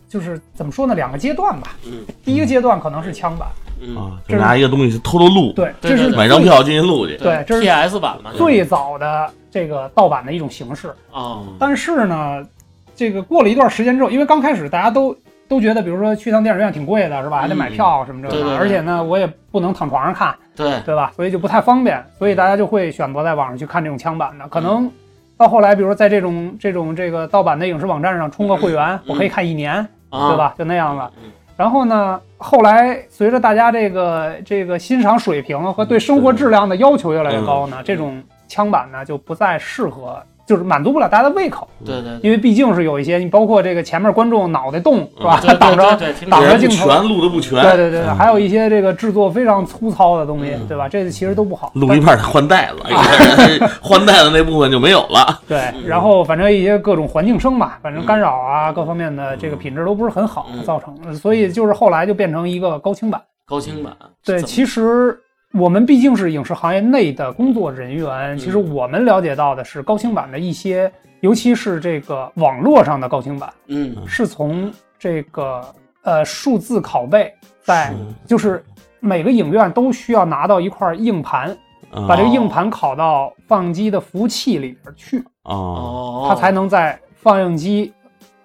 Speaker 2: 就是怎么说呢，两个阶段吧。
Speaker 1: 嗯
Speaker 2: 第一个阶段可能是枪版，
Speaker 1: 嗯，
Speaker 3: 啊，就拿一个东西偷偷录，
Speaker 2: 对，
Speaker 1: 对
Speaker 2: 这
Speaker 1: 对
Speaker 2: 是
Speaker 1: 对
Speaker 3: 买张票进去录去，
Speaker 2: 对这是
Speaker 1: P S 版嘛，
Speaker 2: 最早的这个盗版的一种形式。
Speaker 1: 啊，
Speaker 2: 但是呢，这个过了一段时间之后，因为刚开始大家都都觉得，比如说去趟电影院挺贵的，是吧？还得买票什么这
Speaker 1: 嗯对对对
Speaker 2: 的，而且呢，我也不能躺床上看，
Speaker 1: 对，
Speaker 2: 对吧？所以就不太方便，所以大家就会选择在网上去看这种枪版的。可能到后来，比如说在这种这种这个盗版的影视网站上充个会员，我可以看一年，
Speaker 1: 嗯啊
Speaker 2: 对？吧？就那样了。
Speaker 1: 嗯
Speaker 2: 然后呢，后来随着大家这个这个欣赏水平和对生活质量的要求越来越高呢，
Speaker 1: 嗯
Speaker 2: 这种枪版呢就不再适合，就是满足不了大家的胃口，
Speaker 1: 对对对
Speaker 2: 因为毕竟是有一些，你包括这个前面观众脑袋动是吧，
Speaker 1: 嗯对，
Speaker 2: 挡着。
Speaker 1: 对，对
Speaker 2: 挡着
Speaker 3: 人
Speaker 2: 镜
Speaker 3: 不
Speaker 2: 头
Speaker 3: 全，录的不全，
Speaker 2: 对对对，
Speaker 3: 嗯
Speaker 2: 还有一些这个制作非常粗糙的东西，
Speaker 1: 嗯
Speaker 2: 对吧？这其实都不好。
Speaker 3: 录一半得换袋子，哎
Speaker 2: 啊
Speaker 3: 呀 换袋子那部分就没有了。
Speaker 2: 对，
Speaker 1: 嗯
Speaker 2: 然后反正一些各种环境声吧，反正
Speaker 1: 嗯
Speaker 2: 干扰啊，各方面的这个品质都不是很好
Speaker 1: 嗯
Speaker 2: 造成的，所以就是后来就变成一个高清版。
Speaker 1: 高清版，
Speaker 2: 对，
Speaker 1: 怎么
Speaker 2: 其实我们毕竟是影视行业内的工作人
Speaker 1: 嗯
Speaker 2: 员，其实我们了解到的是高清版的一些，尤其是这个网络上的高清版，
Speaker 1: 嗯
Speaker 2: 是从这个呃数字拷贝在
Speaker 3: 嗯
Speaker 2: 就是。每个影院都需要拿到一块硬盘，
Speaker 3: 嗯
Speaker 2: 把这
Speaker 1: 哦
Speaker 2: 个硬盘拷到放映机的服务器里边去。
Speaker 3: 哦，
Speaker 1: 哦，
Speaker 2: 它才能在放映机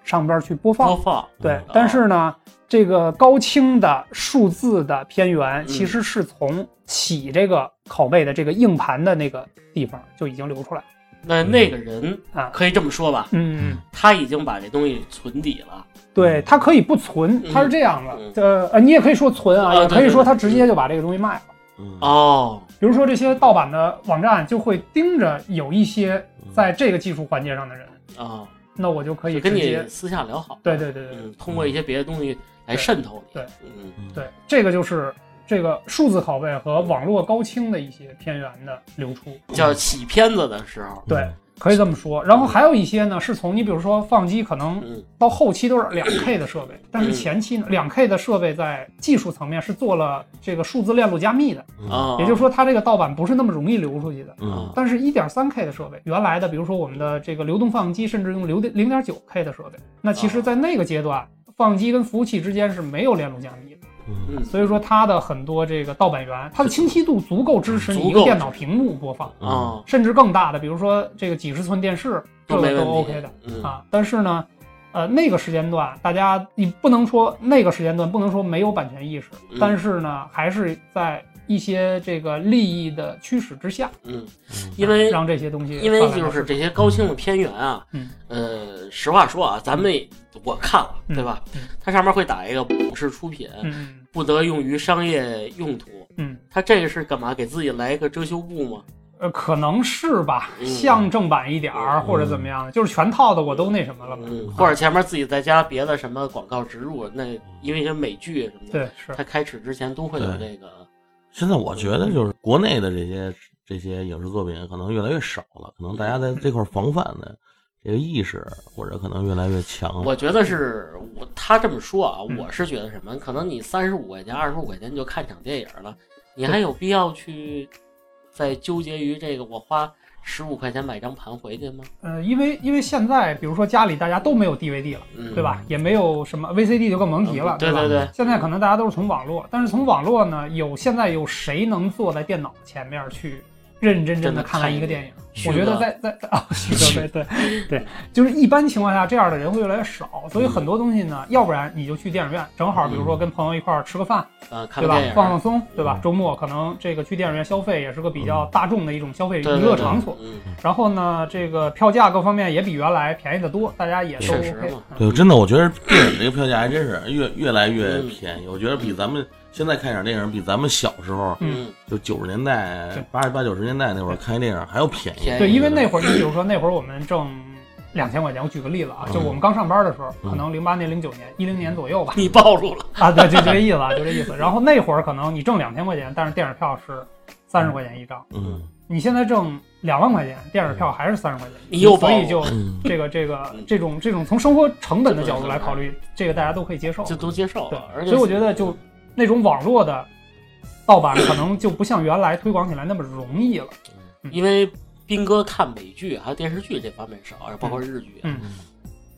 Speaker 2: 上边去播
Speaker 1: 播
Speaker 2: 放。
Speaker 1: 放，哦
Speaker 2: 对，但是呢，这个高清的数字的片
Speaker 1: 嗯
Speaker 2: 源其实是从起这个拷贝的这个硬盘的那个地方就已经流出来了。
Speaker 1: 那那个人
Speaker 2: 啊
Speaker 1: 可以这么说吧，
Speaker 2: 嗯，
Speaker 1: 他已经把这东西存底了，
Speaker 2: 对，它可以不存，
Speaker 1: 嗯
Speaker 2: 它是这样的
Speaker 1: 嗯，
Speaker 2: 呃呃，你也可以说存啊，
Speaker 1: 啊
Speaker 2: 也
Speaker 1: 对
Speaker 2: 可以说
Speaker 1: 对对
Speaker 2: 它直接就把这个东西卖了。
Speaker 3: 嗯
Speaker 1: 哦，
Speaker 2: 比如说这些盗版的网站就会盯着有一些在这个技术环节上的人，
Speaker 1: 啊，
Speaker 2: 那我就可以
Speaker 1: 就跟
Speaker 2: 直
Speaker 1: 你
Speaker 2: 接，
Speaker 1: 私下聊好，
Speaker 2: 对对对对对。
Speaker 1: 嗯，通过一些别的东西来渗透你，
Speaker 2: 对，
Speaker 1: 嗯，
Speaker 2: 对，这个就是这个数字拷贝和网络高清的一些片源的流出，
Speaker 1: 叫洗片子的时候，
Speaker 2: 对，可以这么说。然后还有一些呢，是从你比如说放机，可能
Speaker 1: 嗯
Speaker 2: 到后期都是两 K 的设备，但
Speaker 1: 嗯
Speaker 2: 是前期呢，两 K 的设备在技术层面是做了这个数字链路加密的，
Speaker 1: 啊，
Speaker 2: 嗯也就是说它这个盗版不是那么容易流出去的。
Speaker 3: 嗯
Speaker 1: 哦
Speaker 2: 但是，一点三 K 的设备，原来的，比如说我们的这个流动放映机，甚至用流零点九 K 的设备，那其实，在那个阶段，放映机跟服务器之间是没有链路加密的。
Speaker 1: 嗯，
Speaker 2: 所以说它的很多这个盗版源，它的清晰度足够支持你
Speaker 1: 足
Speaker 2: 一个
Speaker 1: 够
Speaker 2: 电脑屏幕播放，
Speaker 1: 啊，
Speaker 2: 甚至更大的，比如说这个几十寸电视，这
Speaker 1: 没
Speaker 2: 个
Speaker 1: 问
Speaker 2: 都
Speaker 1: 题
Speaker 2: OK 的
Speaker 1: 嗯
Speaker 2: 啊。但是呢，呃，那个时间段，大家你不能说那个时间段不能说没有版权意识
Speaker 1: 嗯，
Speaker 2: 但是呢，还是在一些这个利益的驱使之下，
Speaker 1: 嗯，因为
Speaker 2: 让这些东西
Speaker 1: 因为
Speaker 2: 泛滥
Speaker 1: 就
Speaker 2: 到市
Speaker 1: 是
Speaker 2: 场
Speaker 1: 这些高清的片源啊，
Speaker 2: 嗯
Speaker 1: 呃，实话说啊，咱们也我看了，
Speaker 2: 嗯
Speaker 1: 对吧
Speaker 2: 嗯？
Speaker 1: 它上面会打一个不是出品，
Speaker 2: 嗯
Speaker 1: 不得用于商业用途。
Speaker 2: 嗯嗯
Speaker 1: 它这个是干嘛？给自己来一个遮羞布吗？
Speaker 2: 呃，可能是吧，
Speaker 1: 嗯
Speaker 2: 像正版一点儿或者怎么样的，就是全套的我都那什么了嘛。啊
Speaker 1: 嗯，或者前面自己再加别的什么广告植入，那因为一些美剧什么的，
Speaker 2: 对，是。
Speaker 1: 它开始之前都会有这个，
Speaker 3: 现在我觉得就是国内的这些这些影视作品可能越来越少了，可能大家在这块防范的这个意识或者可能越来越强了。
Speaker 1: 我觉得是我他这么说啊，
Speaker 2: 嗯
Speaker 1: 我是觉得什么，可能你三十五块钱、二十五块钱你就看场电影了，你还有必要去再纠结于这个我花十五块钱买张盘回去吗？
Speaker 2: 呃，因为因为现在比如说家里大家都没有 DVD 了，
Speaker 1: 嗯，
Speaker 2: 对吧？也没有什么 VCD 就更甭提了，
Speaker 1: 对
Speaker 2: 吧？
Speaker 1: 嗯对对，
Speaker 2: 现在可能大家都是从网络，但是从网络呢，有现在有谁能坐在电脑前面去认认真真的看完一个电影？
Speaker 1: 真的看一遍
Speaker 2: 我觉得在在在啊，徐哥，对 对对，就是一般情况下这样的人会越来越少，所以很多东西呢，要不然你就去电影院，正好比如说跟朋友一块儿吃个饭，
Speaker 1: 啊，嗯看
Speaker 2: 对
Speaker 1: 个
Speaker 2: 吧
Speaker 1: 电？影嗯
Speaker 2: 放放松，对吧？周末可能这个去电影院消费也是个比较大众的一种消费
Speaker 1: 对对
Speaker 2: 娱乐
Speaker 1: 对
Speaker 2: 场所，
Speaker 1: 嗯，
Speaker 2: 然后呢，这个票价各方面也比原来便宜的多，大家也都嗯
Speaker 1: 确实
Speaker 2: OK
Speaker 1: 嘛。
Speaker 3: 对，真的，我觉得电影这个票价还真是越越来越
Speaker 1: 嗯
Speaker 3: 便宜。我觉得比咱们现在看一场电影，比咱们小时候
Speaker 1: 嗯，
Speaker 3: 就九十年代
Speaker 2: 对、
Speaker 3: 八十八九十年代那会儿看一电影还要便
Speaker 1: 便宜
Speaker 3: 宜。
Speaker 2: 对，因为那会儿你比如说那会儿我们挣两千块钱。我举个例子啊，就
Speaker 3: 嗯
Speaker 2: 我们刚上班的时候，
Speaker 3: 嗯
Speaker 2: 可能零八年、零九年、一零年左右吧，
Speaker 1: 你暴露了，
Speaker 2: 啊，对，就就这意思啊，就这意思。然后那会儿可能你挣两千块钱，但是电影票是三十块钱一张。
Speaker 3: 嗯
Speaker 2: 你现在挣两万块钱，电影票还是三十块钱，
Speaker 1: 你又
Speaker 2: 所
Speaker 1: 暴
Speaker 2: 以
Speaker 1: 露
Speaker 2: 就
Speaker 3: 嗯
Speaker 2: 这个这个
Speaker 1: 嗯
Speaker 2: 这种这种从生活成本的角度来考虑，这个大家都可以接受。
Speaker 1: 就都接受
Speaker 2: 对
Speaker 1: 了。而，且
Speaker 2: 所以我觉得就那种网络的盗版可能就不像原来推广起来那么容易了。
Speaker 1: 因为斌哥看美剧还有电视剧这方面少，包括日剧。啊
Speaker 2: 嗯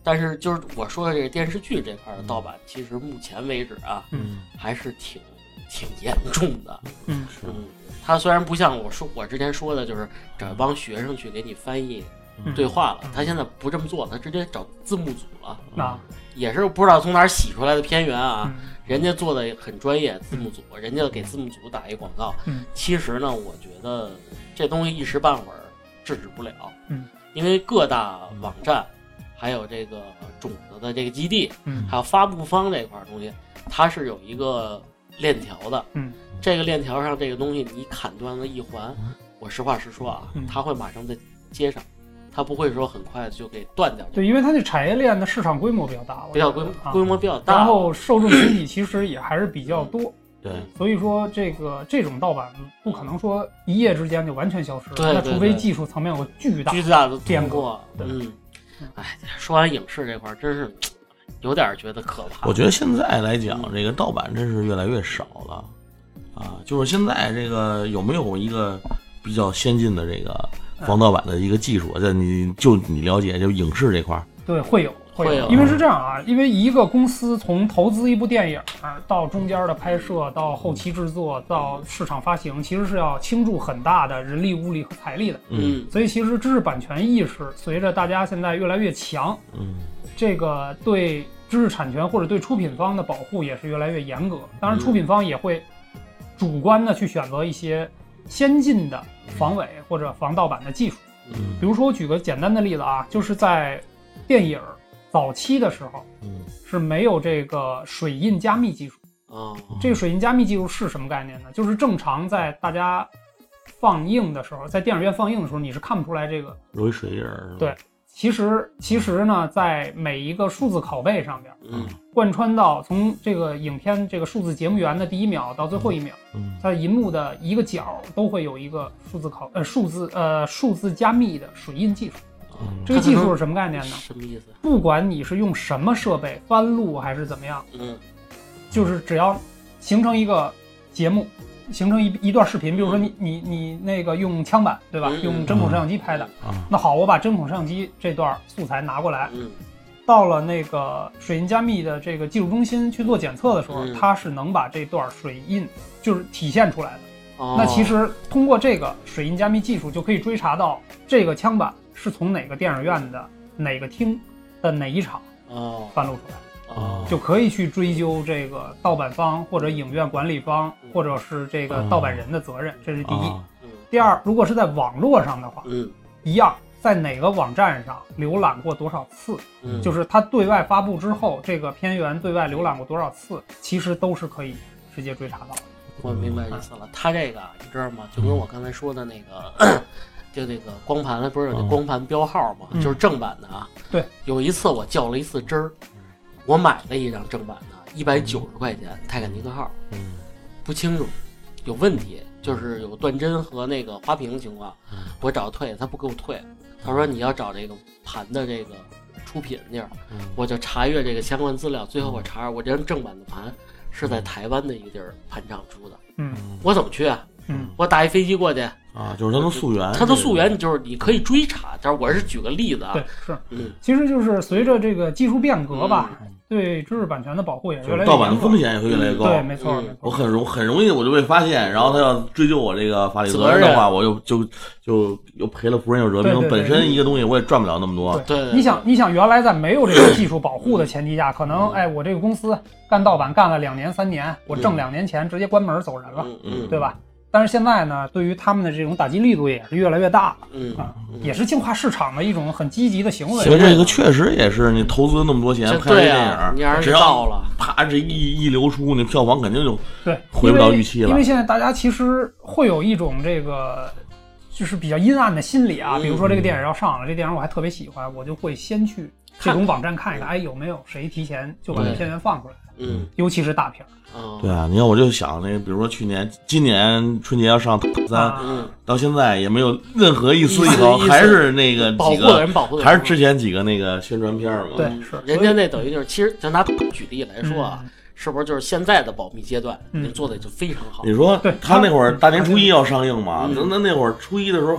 Speaker 1: 但是就是我说的这个电视剧这块儿的盗版，其实目前为止啊，
Speaker 3: 嗯，
Speaker 1: 还是挺挺严重的。
Speaker 2: 嗯
Speaker 3: 是
Speaker 1: 嗯，它虽然不像我说我之前说的，就是找一帮学生去给你翻译
Speaker 2: 嗯
Speaker 1: 对话了
Speaker 2: 嗯，
Speaker 1: 他现在不这么做，他直接找字幕组了，
Speaker 2: 那
Speaker 1: 也是不知道从哪儿洗出来的片源啊。
Speaker 2: 嗯
Speaker 1: 人家做的很专业，字幕组，人家给字幕组打一广告。
Speaker 2: 嗯
Speaker 1: 其实呢，我觉得这东西一时半会儿制止不了。
Speaker 2: 嗯，
Speaker 1: 因为各大网站，还有这个种子的这个基地，
Speaker 2: 嗯
Speaker 1: 还有发布方这块儿东西，它是有一个链条的。
Speaker 2: 嗯，
Speaker 1: 这个链条上这个东西你砍断了一环，我实话实说啊
Speaker 2: 嗯，
Speaker 1: 它会马上再接上，它不会说很快就给断掉。
Speaker 2: 对，因为它这产业链的市场规模比较大，我
Speaker 1: 比较
Speaker 2: 觉
Speaker 1: 规
Speaker 2: 得啊
Speaker 1: 规模比较大，
Speaker 2: 然后受众群体其实也还是比较多。
Speaker 3: 对，
Speaker 2: 所以说，这个这种盗版不可能说一夜之间就完全消失，
Speaker 1: 对
Speaker 2: 那
Speaker 1: 对
Speaker 2: 除非
Speaker 1: 对
Speaker 2: 技术层面有巨大。
Speaker 1: 巨大的
Speaker 2: 变
Speaker 1: 突破。
Speaker 2: 对
Speaker 1: 嗯
Speaker 2: 嗯，
Speaker 1: 哎，说完影视这块儿，真是有点儿觉得可怕。
Speaker 3: 我觉得现在来讲，这个盗版真是越来越少了，啊，就是现在这个有没有一个比较先进的这个
Speaker 2: 嗯
Speaker 3: 防盗版的一个技术？这你就你了解，就影视这块儿，
Speaker 2: 对，会有
Speaker 1: 会
Speaker 2: 有，
Speaker 1: 有嗯
Speaker 2: 因为是这样啊，因为一个公司从投资一部电影儿到中间的拍摄，到后期制作，到市场发行，其实是要倾注很大的人力、物力和财力的。
Speaker 3: 嗯
Speaker 1: 嗯，
Speaker 2: 所以，其实知识版权意识随着大家现在越来越强，
Speaker 3: 嗯
Speaker 2: 这个对知识产权或者对出品方的保护也是越来越严格。当
Speaker 1: 嗯
Speaker 2: 然，出品方也会主观的去选择一些先进的防伪或者防盗版的技术。
Speaker 3: 嗯
Speaker 2: 比如说，我举个简单的例子啊，就是在电影早期的时候
Speaker 3: 嗯
Speaker 2: 是没有这个水印加密技术。
Speaker 1: 哦，
Speaker 2: 这个水印加密技术是什么概念呢？就是正常在大家放映的时候，在电影院放映的时候，你是看不出来这个
Speaker 3: 揉一水印儿，
Speaker 2: 对其实，其实呢，在每一个数字拷贝上边，
Speaker 1: 嗯，
Speaker 2: 贯穿到从这个影片这个数字节目源的第一秒到最后一秒，
Speaker 3: 嗯
Speaker 2: 它银幕的一个角都会有一个数字拷呃数字呃数字加密的水印技术。
Speaker 1: 嗯
Speaker 2: 这个技术是什么概念呢？
Speaker 1: 什么意思？
Speaker 2: 不管你是用什么设备翻录还是怎么样，
Speaker 1: 嗯
Speaker 2: 就是只要形成一个节目，形成一一段视频，比如说你你你那个用枪版对吧
Speaker 1: 嗯嗯？嗯
Speaker 2: 用针孔摄像机拍的，
Speaker 3: 啊，
Speaker 2: 那好，我把针孔摄像机这段素材拿过来。
Speaker 1: 嗯，
Speaker 2: 到了那个水印加密的这个技术中心去做检测的时候，
Speaker 1: 嗯
Speaker 2: 它是能把这段水印就是体现出来的。
Speaker 1: 哦，
Speaker 2: 那其实通过这个水印加密技术，就可以追查到这个枪版是从哪个电影院的哪个厅的哪一场
Speaker 1: 哦
Speaker 2: 翻录出来的，
Speaker 1: 哦，
Speaker 2: 就可以去追究这个盗版方或者影院管理方或者是这
Speaker 3: 哦
Speaker 2: 个盗版人的责任，这是第一。
Speaker 3: 啊
Speaker 1: 嗯
Speaker 2: 第二，如果是在网络上的话，
Speaker 1: 嗯
Speaker 2: 一样在哪个网站上浏览过多少次，
Speaker 1: 嗯，
Speaker 2: 就是它对外发布之后，这个片源对外浏览过多少次，其实都是可以直接追查到
Speaker 1: 嗯
Speaker 2: 的。
Speaker 1: 我明白意思
Speaker 2: 嗯
Speaker 1: 了。他这个啊你知道吗？就跟我刚才说的那个，就那个光盘不是有那
Speaker 3: 嗯
Speaker 1: 光盘标号吗？
Speaker 2: 嗯
Speaker 1: 就是正版的啊。
Speaker 2: 对，
Speaker 1: 有一次我较了一次真儿，我买了一张正版的，一百九十块钱泰坦尼克号。
Speaker 3: 嗯
Speaker 1: 不清楚，有问题，就是有断针和那个花屏的情况
Speaker 3: 嗯。
Speaker 1: 我找退，他不给我退，他说你要找这个盘的这个出品地儿，
Speaker 3: 嗯
Speaker 1: 我就查阅这个相关资料。最后我查，我这张正版的盘是在台湾的一个地儿盘厂出的，
Speaker 2: 嗯
Speaker 1: 我怎么去啊？
Speaker 2: 嗯
Speaker 1: 我打一飞机过去，
Speaker 3: 啊，就是它能溯源，
Speaker 1: 它的溯源就是你可以追查，但是我是举个例子啊
Speaker 2: 对，，是，
Speaker 1: 嗯，
Speaker 2: 其实就是随着这个技术变革吧，
Speaker 3: 嗯
Speaker 2: 对知识版权的保护也
Speaker 3: 这
Speaker 2: 越
Speaker 3: 个，就
Speaker 2: 来越
Speaker 3: 是盗版的
Speaker 2: 严格
Speaker 3: 风险也会越来越高。
Speaker 2: 对，没错，
Speaker 1: 嗯
Speaker 2: 没
Speaker 3: 我
Speaker 2: 错。
Speaker 3: 很容很容易我就被发现，然后他要追究我这个法律责任的话，我就就就又赔了夫人又折
Speaker 2: 对对对
Speaker 3: 兵。本身一个东西我也赚不了那么多
Speaker 2: 对，
Speaker 1: 嗯对，对
Speaker 2: 你想，，你想，原来在没有这个技术保护的前提下，可能哎，我这个公司干盗版干了两年三年，我挣两年钱直接关门走人了，
Speaker 1: 嗯嗯，
Speaker 2: 对吧？但是现在呢，对于他们的这种打击力度也是越来越大了，
Speaker 1: 嗯，
Speaker 2: 啊
Speaker 1: 嗯
Speaker 2: 也是净化市场的一种很积极的行为。
Speaker 3: 所以这个确实也是你投资那么多钱
Speaker 1: 这
Speaker 3: 拍这
Speaker 1: 对
Speaker 3: 电
Speaker 1: 啊，你让
Speaker 3: 影，只
Speaker 1: 人
Speaker 3: 要
Speaker 1: 到了，嗯
Speaker 3: 啪这一一流出，那票房肯定就
Speaker 2: 对，
Speaker 3: 回不到预期
Speaker 2: 因
Speaker 3: 了
Speaker 2: 为。因为现在大家其实会有一种这个就是比较阴暗的心理啊。
Speaker 1: 嗯
Speaker 2: 比如说这个电影要上了，这电影我还特别喜欢，我就会先去这种网站看一看，哎，有没有谁提前就把这片源放出来，
Speaker 1: 嗯
Speaker 2: 尤其是大片儿。
Speaker 1: 啊，
Speaker 3: 对啊，你看我就想那个，比如说去年、今年春节要上三，
Speaker 2: 啊，
Speaker 1: 嗯，
Speaker 3: 到现在也没有任何一丝
Speaker 1: 一
Speaker 3: 一
Speaker 1: 丝
Speaker 3: 毫，
Speaker 1: 一丝
Speaker 3: 还是那个
Speaker 1: 保
Speaker 3: 几
Speaker 1: 护的
Speaker 3: 个，
Speaker 1: 人保护的人
Speaker 3: 还是之前几个那个宣传片嘛。
Speaker 2: 对
Speaker 1: 嗯
Speaker 2: 是所以
Speaker 1: 人家那等于就是，其实就拿举例来说啊
Speaker 2: 嗯，
Speaker 1: 是不是就是现在的保密阶段，
Speaker 2: 嗯
Speaker 1: 人做的就非常好
Speaker 3: 你，说
Speaker 2: 对
Speaker 3: 他
Speaker 2: 他
Speaker 3: 那会儿大年初一要上映嘛？
Speaker 1: 嗯
Speaker 3: 那那那会儿初一的时候，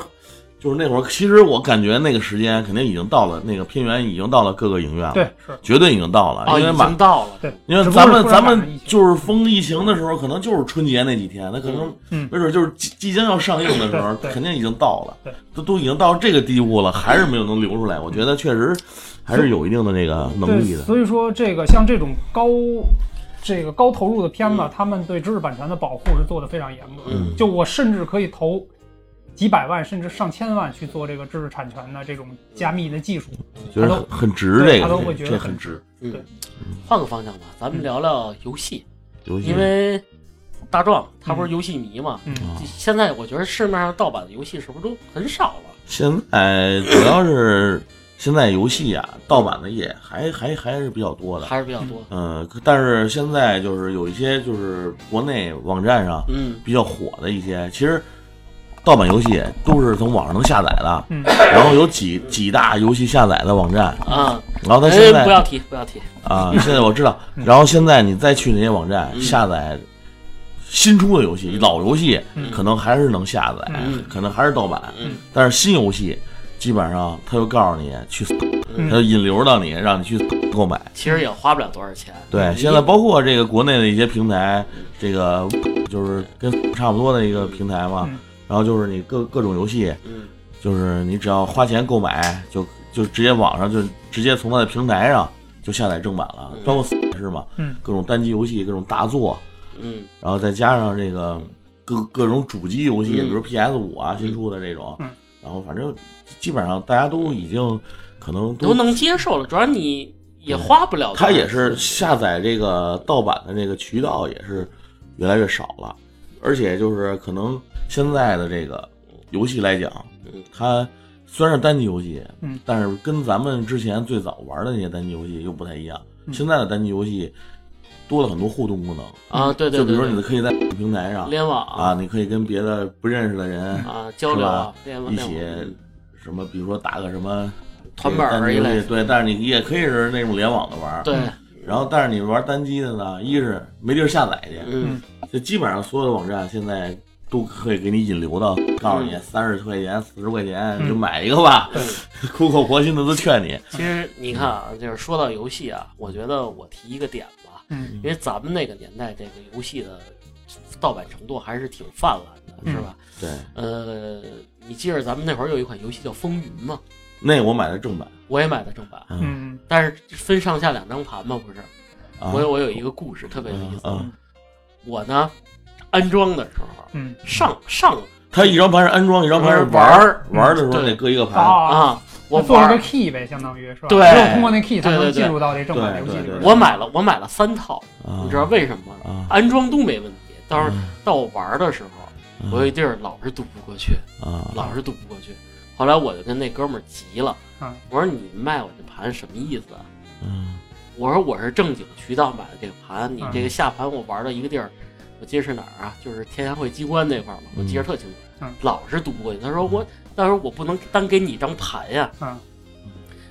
Speaker 3: 就是那会儿，其实我感觉那个时间肯定已经到了，那个片源已经到了各个影院了，
Speaker 2: 啊对，是
Speaker 3: 绝对已经到了，
Speaker 1: 哦，
Speaker 3: 因为
Speaker 1: 已
Speaker 3: 马
Speaker 1: 经到了，
Speaker 2: 对，
Speaker 3: 因为
Speaker 2: 只不过
Speaker 3: 咱
Speaker 2: 是
Speaker 3: 们
Speaker 2: 突然
Speaker 3: 咱
Speaker 2: 赶上
Speaker 3: 们
Speaker 2: 疫情
Speaker 3: 就是封疫情的时候，可能就是春节那几天，那可能
Speaker 2: 嗯
Speaker 3: 没准就是即即将要上映的时候，
Speaker 2: 对对
Speaker 3: 肯定已经到了，
Speaker 2: 对
Speaker 3: 都都已经到这个地步了，还是没有能流出来。我觉得确实还是有一定的这个能
Speaker 2: 对，
Speaker 3: 力的。
Speaker 2: 所以说这个像这种高这个高投入的片子，
Speaker 1: 嗯
Speaker 2: 他们对知识版权的保护是做的非常严格的。
Speaker 3: 嗯
Speaker 2: 就我甚至可以投几百万甚至上千万去做这个知识产权的这种加密的技术，
Speaker 3: 觉得
Speaker 2: 他
Speaker 3: 很
Speaker 2: 都
Speaker 3: 很值，
Speaker 2: 对
Speaker 3: 这
Speaker 2: 他都
Speaker 3: 个
Speaker 2: 会
Speaker 3: 这
Speaker 2: 觉
Speaker 3: 这
Speaker 2: 得
Speaker 3: 很
Speaker 2: 很
Speaker 3: 值。
Speaker 1: 嗯
Speaker 2: 对，
Speaker 1: 换个方向吧，咱
Speaker 2: 嗯
Speaker 1: 们聊聊游戏，
Speaker 3: 尤其
Speaker 1: 因为大壮他不是游戏迷嘛，
Speaker 2: 嗯，
Speaker 3: 啊
Speaker 1: 现在我觉得市面上盗版的游戏是不是都很少了？
Speaker 3: 现在呃主要是现在游戏啊，盗版的也还还还是比较多的。
Speaker 1: 还是比较多，
Speaker 3: 嗯，但是现在就是有一些就是国内网站上
Speaker 1: 嗯
Speaker 3: 比较火的一些，其实盗版游戏都是从网上能下载的，
Speaker 2: 嗯
Speaker 3: 然后有几几大游戏下载的网站，
Speaker 1: 啊，
Speaker 3: 然后它现
Speaker 1: 哎，不
Speaker 3: 在
Speaker 1: 要提，不要提，
Speaker 3: 啊，现在我知道，
Speaker 2: 嗯
Speaker 3: 然后现在你再去那些网站
Speaker 1: 嗯
Speaker 3: 下载新出的游戏，老游戏
Speaker 2: 嗯
Speaker 3: 可能还是能下载
Speaker 1: 嗯，
Speaker 3: 可能还是盗版，
Speaker 1: 嗯
Speaker 3: 但是新游戏基本上他就告诉你去，他
Speaker 2: 嗯
Speaker 3: 就引流到你，让你去购买。
Speaker 1: 其实也花不了多少钱，
Speaker 3: 对，现
Speaker 2: 嗯
Speaker 3: 在包括这个国内的一些平台，这个就是跟差不多的一个平台嘛
Speaker 2: 嗯，
Speaker 3: 然后就是你各各种游戏，
Speaker 1: 嗯
Speaker 3: 就是你只要花钱购买，就就直接网上就直接从它的平台上就下载正版了
Speaker 1: 嗯，
Speaker 3: 包括也是嘛，
Speaker 2: 嗯
Speaker 3: 各种单机游戏、各种大作，
Speaker 1: 嗯
Speaker 3: 然后再加上这个各各种主机游戏，
Speaker 1: 嗯
Speaker 3: 比如 PS 五啊新出的这种
Speaker 2: 嗯，
Speaker 3: 然后反正基本上大家都已经可能
Speaker 1: 都能接受了，主要你也花不了多少
Speaker 3: 它
Speaker 1: 钱，
Speaker 3: 也是下载这个盗版的这个渠道也是越来越少了，而且就是可能现在的这个游戏来讲
Speaker 1: 嗯，
Speaker 3: 它虽然是单机游戏，
Speaker 2: 嗯，
Speaker 3: 但是跟咱们之前最早玩的那些单机游戏又不太一样。
Speaker 2: 嗯
Speaker 3: 现在的单机游戏多了很多互动功能，嗯
Speaker 1: 啊，对对
Speaker 3: 就比
Speaker 1: 对，
Speaker 3: 如说
Speaker 1: 对
Speaker 3: 你可以在平台上
Speaker 1: 联网
Speaker 3: 啊，你可以跟别的不认识的人
Speaker 1: 啊交流啊，联网
Speaker 3: 一
Speaker 1: 联
Speaker 3: 起
Speaker 1: 网嗯
Speaker 3: 什么，比如说打个什么
Speaker 1: 团本儿一
Speaker 3: 单机游
Speaker 1: 类
Speaker 3: 戏，，对，但是你也可以是那种联网的玩儿，
Speaker 1: 对，
Speaker 3: 然后，但是你玩单机的呢，一是没地儿下载去，
Speaker 1: 嗯
Speaker 3: 就基本上所有的网站现在都可以给你引流到，告诉你
Speaker 1: 嗯
Speaker 3: 三十块钱、四十块钱
Speaker 2: 嗯
Speaker 3: 就买一个吧，
Speaker 1: 对
Speaker 3: 苦口婆心的都劝你。
Speaker 1: 其实你看啊，就是说到游戏啊，我觉得我提一个点吧，
Speaker 2: 嗯
Speaker 1: 因为咱们那个年代这个游戏的盗版程度还是挺泛滥的，是吧？
Speaker 3: 对，
Speaker 1: 呃，你记着咱们那会儿有一款游戏叫《风云》嘛，
Speaker 3: 那我买的正版，
Speaker 1: 我也买的正版，
Speaker 3: 嗯
Speaker 2: 嗯
Speaker 1: 但是分上下两张盘嘛，不是？
Speaker 3: 啊，
Speaker 1: 我有我有一个故事特别有意
Speaker 3: 嗯
Speaker 1: 思，
Speaker 3: 嗯，
Speaker 1: 我呢安装的时候
Speaker 2: 嗯
Speaker 1: 上上
Speaker 3: 它一张盘是安装，一张盘是
Speaker 1: 玩
Speaker 3: 玩
Speaker 1: 儿
Speaker 3: 玩儿的时候
Speaker 1: 对
Speaker 3: 得搁一个盘，
Speaker 2: 啊，
Speaker 1: 啊，我
Speaker 2: 做了
Speaker 1: 玩
Speaker 2: 个
Speaker 1: 儿，
Speaker 2: key 呗，相当于是吧？
Speaker 1: 对
Speaker 2: 只有通过那 key 才
Speaker 1: 对对对
Speaker 2: 能进入到这正版的游戏里
Speaker 3: 对对
Speaker 2: 边。
Speaker 3: 对
Speaker 1: 我买了我买了三套，
Speaker 3: 啊
Speaker 1: 你知道为什么吗？
Speaker 3: 啊？
Speaker 1: 安装都没问题，但是
Speaker 3: 嗯
Speaker 1: 到我玩儿的时候，
Speaker 3: 嗯
Speaker 1: 我有一地儿老是渡不过去，
Speaker 3: 啊，
Speaker 1: 老是渡不过去。后来我就跟那哥们儿急了
Speaker 2: 嗯，
Speaker 1: 我说你卖我这盘什么意思啊？
Speaker 3: 嗯
Speaker 1: 我说我是正经渠道买的这个盘，你
Speaker 2: 嗯
Speaker 1: 这个下盘我玩到一个地儿，我记得是哪儿啊？就是天下会机关那块儿嘛，我记得特清楚，
Speaker 2: 嗯
Speaker 1: 老是渡不过去。他说我，但是我不能单给你一张盘呀、
Speaker 2: 嗯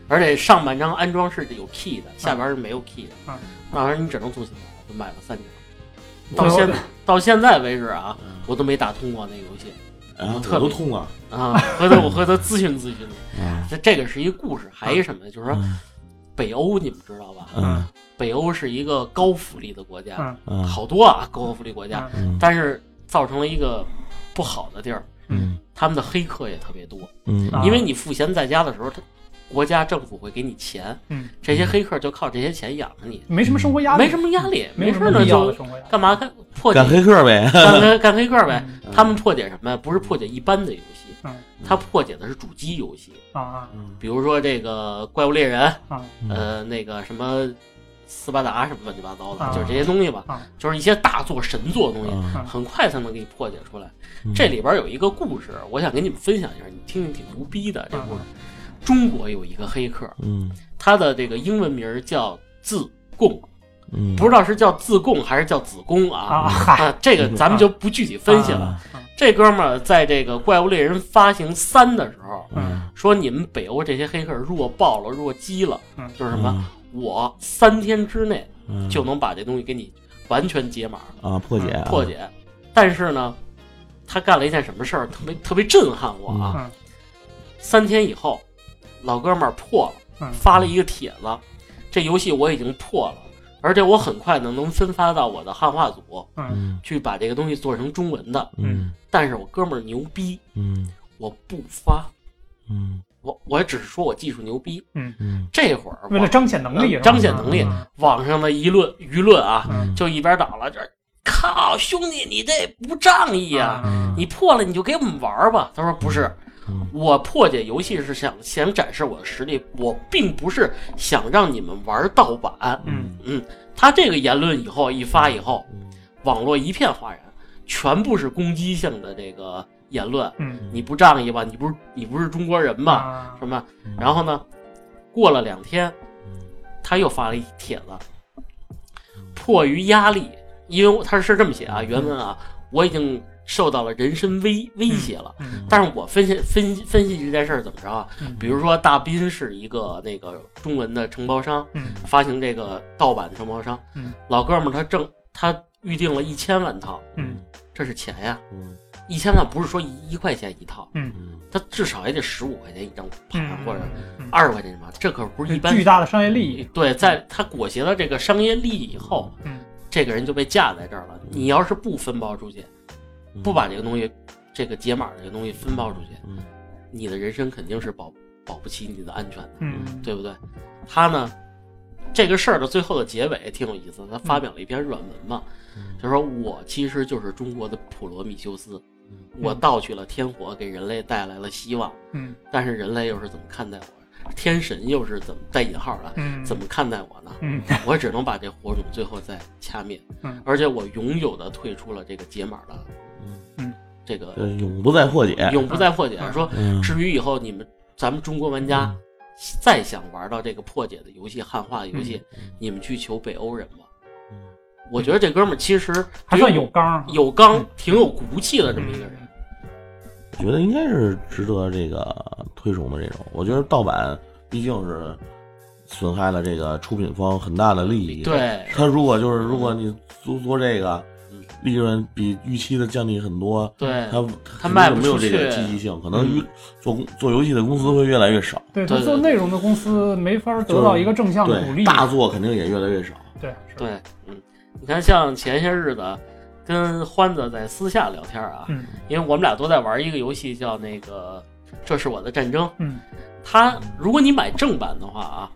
Speaker 1: 而且上半张安装是有 key 的，下边是没有 key 的，
Speaker 2: 嗯
Speaker 1: 那玩意儿你只能重新买，我买了三张，到
Speaker 2: 最后
Speaker 1: 现到现在为止啊
Speaker 3: 嗯，
Speaker 1: 我都没打通过那游戏
Speaker 3: 然后
Speaker 1: 特
Speaker 3: 我都
Speaker 1: 别
Speaker 3: 通了，
Speaker 1: 啊。回头我回头咨询咨询你。
Speaker 3: 啊
Speaker 1: 这这个是一故事，还一什么呢？嗯就是说
Speaker 3: 嗯
Speaker 1: 北欧你们知道吧？
Speaker 3: 嗯
Speaker 1: 北欧是一个高福利的国家，
Speaker 2: 嗯
Speaker 3: 嗯
Speaker 1: 好多啊高福利国家，
Speaker 3: 嗯
Speaker 1: 但是造成了一个不好的地儿，
Speaker 3: 嗯
Speaker 1: 他们的黑客也特别多，
Speaker 3: 嗯
Speaker 2: 啊
Speaker 1: 因为你赋闲在家的时候，他国家政府会给你钱，
Speaker 2: 嗯，
Speaker 1: 这些黑客就靠这些钱养着你，
Speaker 2: 没什么生活压力，
Speaker 1: 没什么压力，
Speaker 2: 没什
Speaker 1: 事儿
Speaker 2: 么
Speaker 1: 呢
Speaker 2: 必要的
Speaker 1: 就
Speaker 2: 生活压力。
Speaker 1: 干嘛干破解
Speaker 3: 干 黑客呗，
Speaker 1: 干黑干黑客呗。
Speaker 2: 嗯
Speaker 1: 他们破解什么呀？不是破解一般的游戏，
Speaker 2: 嗯
Speaker 1: 他破解的是主机游戏，
Speaker 2: 啊啊
Speaker 3: 嗯
Speaker 1: 呃比如说这个怪物猎人。
Speaker 2: 啊！
Speaker 1: 呃，那个什么斯巴达什么乱七八糟的，
Speaker 2: 啊
Speaker 1: 就是这些东西吧，
Speaker 2: 啊
Speaker 1: 就是一些大作神作的东西，
Speaker 3: 嗯
Speaker 2: 啊
Speaker 1: 很快才能给你破解出来。
Speaker 3: 嗯
Speaker 1: 这里边有一个故事，我想给你们分享一下，你听听挺牛逼的
Speaker 2: 啊
Speaker 1: 这故事。中国有一个黑客，
Speaker 3: 嗯
Speaker 1: 他的这个英文名儿叫自贡，
Speaker 3: 嗯，
Speaker 1: 不知道是叫自贡还是叫子宫
Speaker 2: 啊
Speaker 1: 啊。
Speaker 2: 嗨，
Speaker 1: 这个咱们就不具体分析了。
Speaker 3: 啊
Speaker 1: 这哥们儿在这个《怪物猎人》发行三的时候，
Speaker 2: 嗯
Speaker 1: 说你们北欧这些黑客弱爆了、弱鸡了
Speaker 2: 嗯，
Speaker 1: 就是什么，我三天之内
Speaker 3: 嗯
Speaker 1: 就能把这东西给你完全解码、
Speaker 3: 啊破解
Speaker 1: 破
Speaker 3: 解
Speaker 1: 解。但是呢，他干了一件什么事儿，特别特别震撼我啊！
Speaker 2: 嗯
Speaker 1: 三天以后，老哥们儿破了，
Speaker 2: 嗯
Speaker 1: 发了一个帖子，这游戏我已经破了，而且我很快呢能分发到我的汉化组
Speaker 2: 嗯
Speaker 3: 嗯
Speaker 1: 去把这个东西做成中文的。
Speaker 3: 嗯
Speaker 1: 但是我哥们儿牛逼，
Speaker 3: 嗯
Speaker 1: 我不发，
Speaker 3: 嗯
Speaker 1: 我我只是说我技术牛逼。
Speaker 3: 嗯
Speaker 1: 这会儿
Speaker 2: 为了
Speaker 1: 网
Speaker 2: 彰显能力是吧，
Speaker 1: 彰显能力
Speaker 2: 嗯
Speaker 1: 网上的舆论舆论啊，
Speaker 3: 嗯
Speaker 1: 就一边倒了，这靠兄弟你这不仗义啊！
Speaker 2: 嗯
Speaker 1: 你破了你就给我们玩儿吧。他说不是，
Speaker 3: 嗯
Speaker 1: 我破解游戏是想想展示我的实力，我并不是想让你们玩盗版。
Speaker 2: 嗯
Speaker 1: 他这个言论以后一发以后，网络一片哗然，全部是攻击性的这个言论。
Speaker 2: 嗯
Speaker 1: 你不仗义吧？你不是你不是中国人吧？
Speaker 2: 啊
Speaker 1: 什么？然后呢，过了两天，
Speaker 2: 嗯
Speaker 1: 他又发了一帖子，迫于压力，因为我他是这么写啊，
Speaker 2: 嗯
Speaker 1: 原文啊，我已经受到了人身威威胁了。
Speaker 2: 嗯
Speaker 1: 但是我分析分析分析这件事儿怎么着啊
Speaker 2: 嗯？
Speaker 1: 比如说大斌是一个那个中文的承包商，
Speaker 2: 嗯
Speaker 1: 发行这个盗版承包商
Speaker 2: 嗯，
Speaker 1: 老哥们儿他挣他预定了一千万套，
Speaker 2: 嗯
Speaker 1: 这是钱呀，
Speaker 3: 嗯
Speaker 1: 一千万不是说一一块钱一套，
Speaker 3: 嗯
Speaker 1: 他至少也得十五块钱一张盘
Speaker 2: 嗯
Speaker 1: 或者
Speaker 2: 嗯
Speaker 1: 二十块钱一张盘，这可不是一般
Speaker 2: 巨大的商业利益，
Speaker 1: 对，在他裹挟了这个商业利益以后，
Speaker 2: 嗯
Speaker 1: 这个人就被架在这儿了。你要是不分包出去，
Speaker 2: 嗯
Speaker 1: 不把这个东西，这个解码这个东西分包出去，
Speaker 3: 嗯
Speaker 1: 你的人身肯定是保保不齐你的安全的，
Speaker 2: 嗯
Speaker 1: 对不对？他呢，这个事儿的最后的结尾挺有意思的，他发表了一篇软文嘛，
Speaker 3: 嗯
Speaker 1: 他说我其实就是中国的普罗米修斯，我盗取了天火，给人类带来了希望，
Speaker 2: 嗯
Speaker 1: 但是人类又是怎么看待我？天神又是怎么带引号啊？
Speaker 2: 嗯
Speaker 1: 怎么看待我呢？
Speaker 2: 嗯
Speaker 1: 我只能把这火种最后再掐灭，
Speaker 2: 嗯
Speaker 1: 而且我永久的退出了这个解码的
Speaker 3: 嗯
Speaker 1: 这个
Speaker 3: 嗯，永不再破解，
Speaker 1: 永不再破解。
Speaker 2: 嗯
Speaker 1: 说
Speaker 3: 嗯
Speaker 1: 至于以后你们咱们中国玩家再想玩到这个破解的游戏、汉化的游
Speaker 2: 嗯
Speaker 1: 戏，
Speaker 3: 嗯
Speaker 1: 你们去求北欧人吧。我觉得这哥们儿其实
Speaker 2: 还算有嗯刚儿，
Speaker 1: 有刚，挺有骨气的这么一个人。
Speaker 3: 我觉得应该是值得这个推崇的这种。我觉得盗版毕竟是损害了这个出品方很大的利益。，
Speaker 1: 对，
Speaker 3: 他如果就是如果你做做这个
Speaker 1: 嗯，
Speaker 3: 利润比预期的降低很多，
Speaker 1: 对，
Speaker 3: 他
Speaker 1: 他卖
Speaker 3: 肯
Speaker 1: 不
Speaker 3: 定没有
Speaker 1: 出
Speaker 3: 这个
Speaker 1: 去
Speaker 3: 积极性，可能
Speaker 1: 嗯
Speaker 3: 于做公做游戏的公司会越来越少，
Speaker 2: 对
Speaker 1: 对
Speaker 2: 他
Speaker 1: 对
Speaker 2: 做
Speaker 1: 对
Speaker 2: 内容的公司没法得到一个正向的鼓
Speaker 3: 对，
Speaker 2: 励，
Speaker 3: 大作肯定也越来越少。
Speaker 2: 对
Speaker 1: 对，嗯，你看，像前些日子跟欢子在私下聊天啊，
Speaker 2: 嗯
Speaker 1: 因为我们俩都在玩一个游戏，叫那个《这是我的战争》。
Speaker 2: 嗯
Speaker 1: 它如果你买正版的话啊，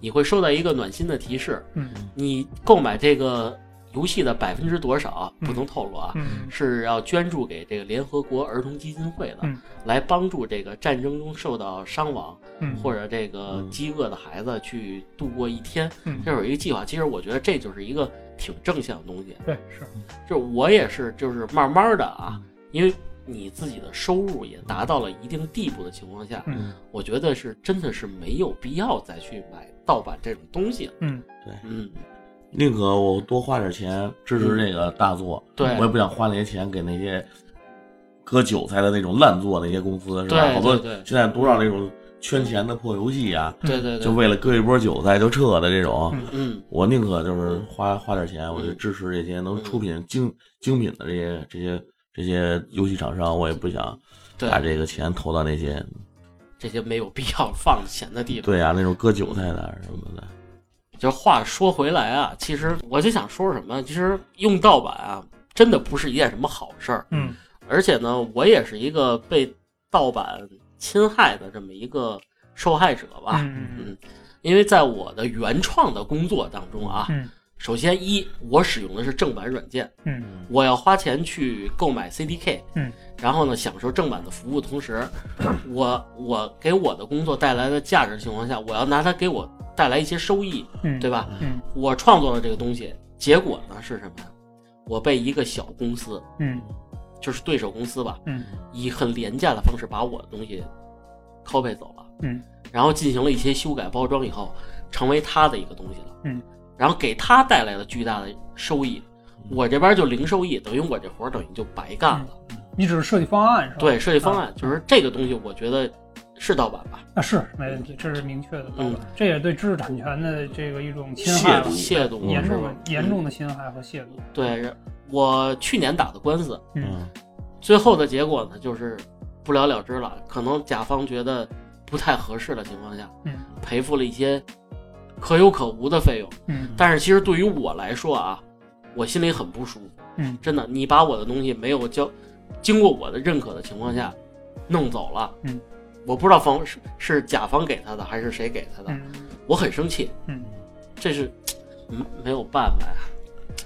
Speaker 1: 你会收到一个暖心的提示，
Speaker 2: 嗯
Speaker 1: 你购买这个游戏的百分之多少
Speaker 2: 嗯
Speaker 1: 不能透露啊，
Speaker 2: 嗯
Speaker 1: 是要捐助给这个联合国儿童基金会的，
Speaker 2: 嗯
Speaker 1: 来帮助这个战争中受到伤亡
Speaker 2: 嗯
Speaker 1: 或者这个饥饿的孩子去度过一天。
Speaker 2: 嗯
Speaker 1: 这有一个计划，其实我觉得这就是一个挺正向的东西。
Speaker 2: 对是
Speaker 1: 就是我也是，就是慢慢的啊，
Speaker 3: 嗯
Speaker 1: 因为你自己的收入也达到了一定地步的情况下，
Speaker 2: 嗯
Speaker 1: 我觉得是真的是没有必要再去买盗版这种东西了。
Speaker 2: 嗯
Speaker 1: 嗯，
Speaker 3: 宁可我多花点钱支持这个大作，
Speaker 1: 对
Speaker 3: 我也不想花那些钱给那些割韭菜的那种烂作那些公司，是吧？
Speaker 1: 对
Speaker 3: 好多
Speaker 1: 对对
Speaker 3: 现在多少那种圈钱的破游戏啊，
Speaker 1: 对对对，
Speaker 3: 就为了割一波韭菜就撤的这种，
Speaker 2: 嗯
Speaker 1: 嗯，嗯
Speaker 3: 我宁可就是花花点钱，我就支持这些能出品精精品的这些这些这些游戏厂商，我也不想
Speaker 1: 对，
Speaker 3: 把这个钱投到那些
Speaker 1: 这些没有必要放钱的地方。
Speaker 3: 对啊那种割韭菜的什么的，
Speaker 1: 就是话说回来啊，其实我就想说什么，其实用盗版啊，真的不是一件什么好事儿。
Speaker 2: 嗯
Speaker 1: 而且呢，我也是一个被盗版侵害的这么一个受害者吧。
Speaker 2: 嗯
Speaker 1: 嗯，因为在我的原创的工作当中啊，
Speaker 2: 嗯
Speaker 1: 首先一我使用的是正版软件，
Speaker 2: 嗯
Speaker 1: 我要花钱去购买 CDK，
Speaker 2: 嗯，
Speaker 1: 然后呢享受正版的服务， 同时我我给我的工作带来的价值情况下，我要拿它给我带带来一些收益，
Speaker 2: 嗯，
Speaker 1: 对吧？
Speaker 2: 嗯
Speaker 1: 我创作了这个东西，结果呢是什么呀？我被一个小公司，
Speaker 2: 嗯
Speaker 1: 就是对手公司吧，
Speaker 2: 嗯
Speaker 1: 以很廉价的方式把我的东西 copy 走了，
Speaker 2: 嗯
Speaker 1: 然后进行了一些修改包装以后，成为他的一个东西了。
Speaker 2: 嗯，
Speaker 1: 然后给他带来了巨大的收益，我这边就零收益，等于我这活儿等于就白干了。
Speaker 2: 你只是设计方案是吧？
Speaker 1: 对，设计方案就是这个东西，我觉得是盗版吧，
Speaker 2: 啊，是没问题，这是明确的道理
Speaker 1: 嗯，
Speaker 2: 这也对知识产权的这个一种侵害了
Speaker 3: 亵，
Speaker 1: 亵
Speaker 3: 渎
Speaker 1: 渎
Speaker 2: 严
Speaker 1: 嗯是
Speaker 2: 重
Speaker 1: 吧嗯
Speaker 2: 的？严重的侵害和亵渎。
Speaker 1: 对，我去年打的官司，
Speaker 2: 嗯
Speaker 3: 嗯
Speaker 1: 最后的结果呢就是不了了之了。可能甲方觉得不太合适的情况下，
Speaker 2: 嗯
Speaker 1: 赔付了一些可有可无的费用。
Speaker 2: 嗯
Speaker 1: 但是其实对于我来说啊，我心里很不舒服，
Speaker 2: 嗯
Speaker 1: 真的。你把我的东西没有交，经过我的认可的情况下，弄走了，
Speaker 2: 嗯，
Speaker 1: 我不知道方是是甲方给他的还是谁给他的，
Speaker 2: 嗯
Speaker 1: 我很生气，
Speaker 2: 嗯
Speaker 1: 这是嗯没有办法呀，
Speaker 3: 嗯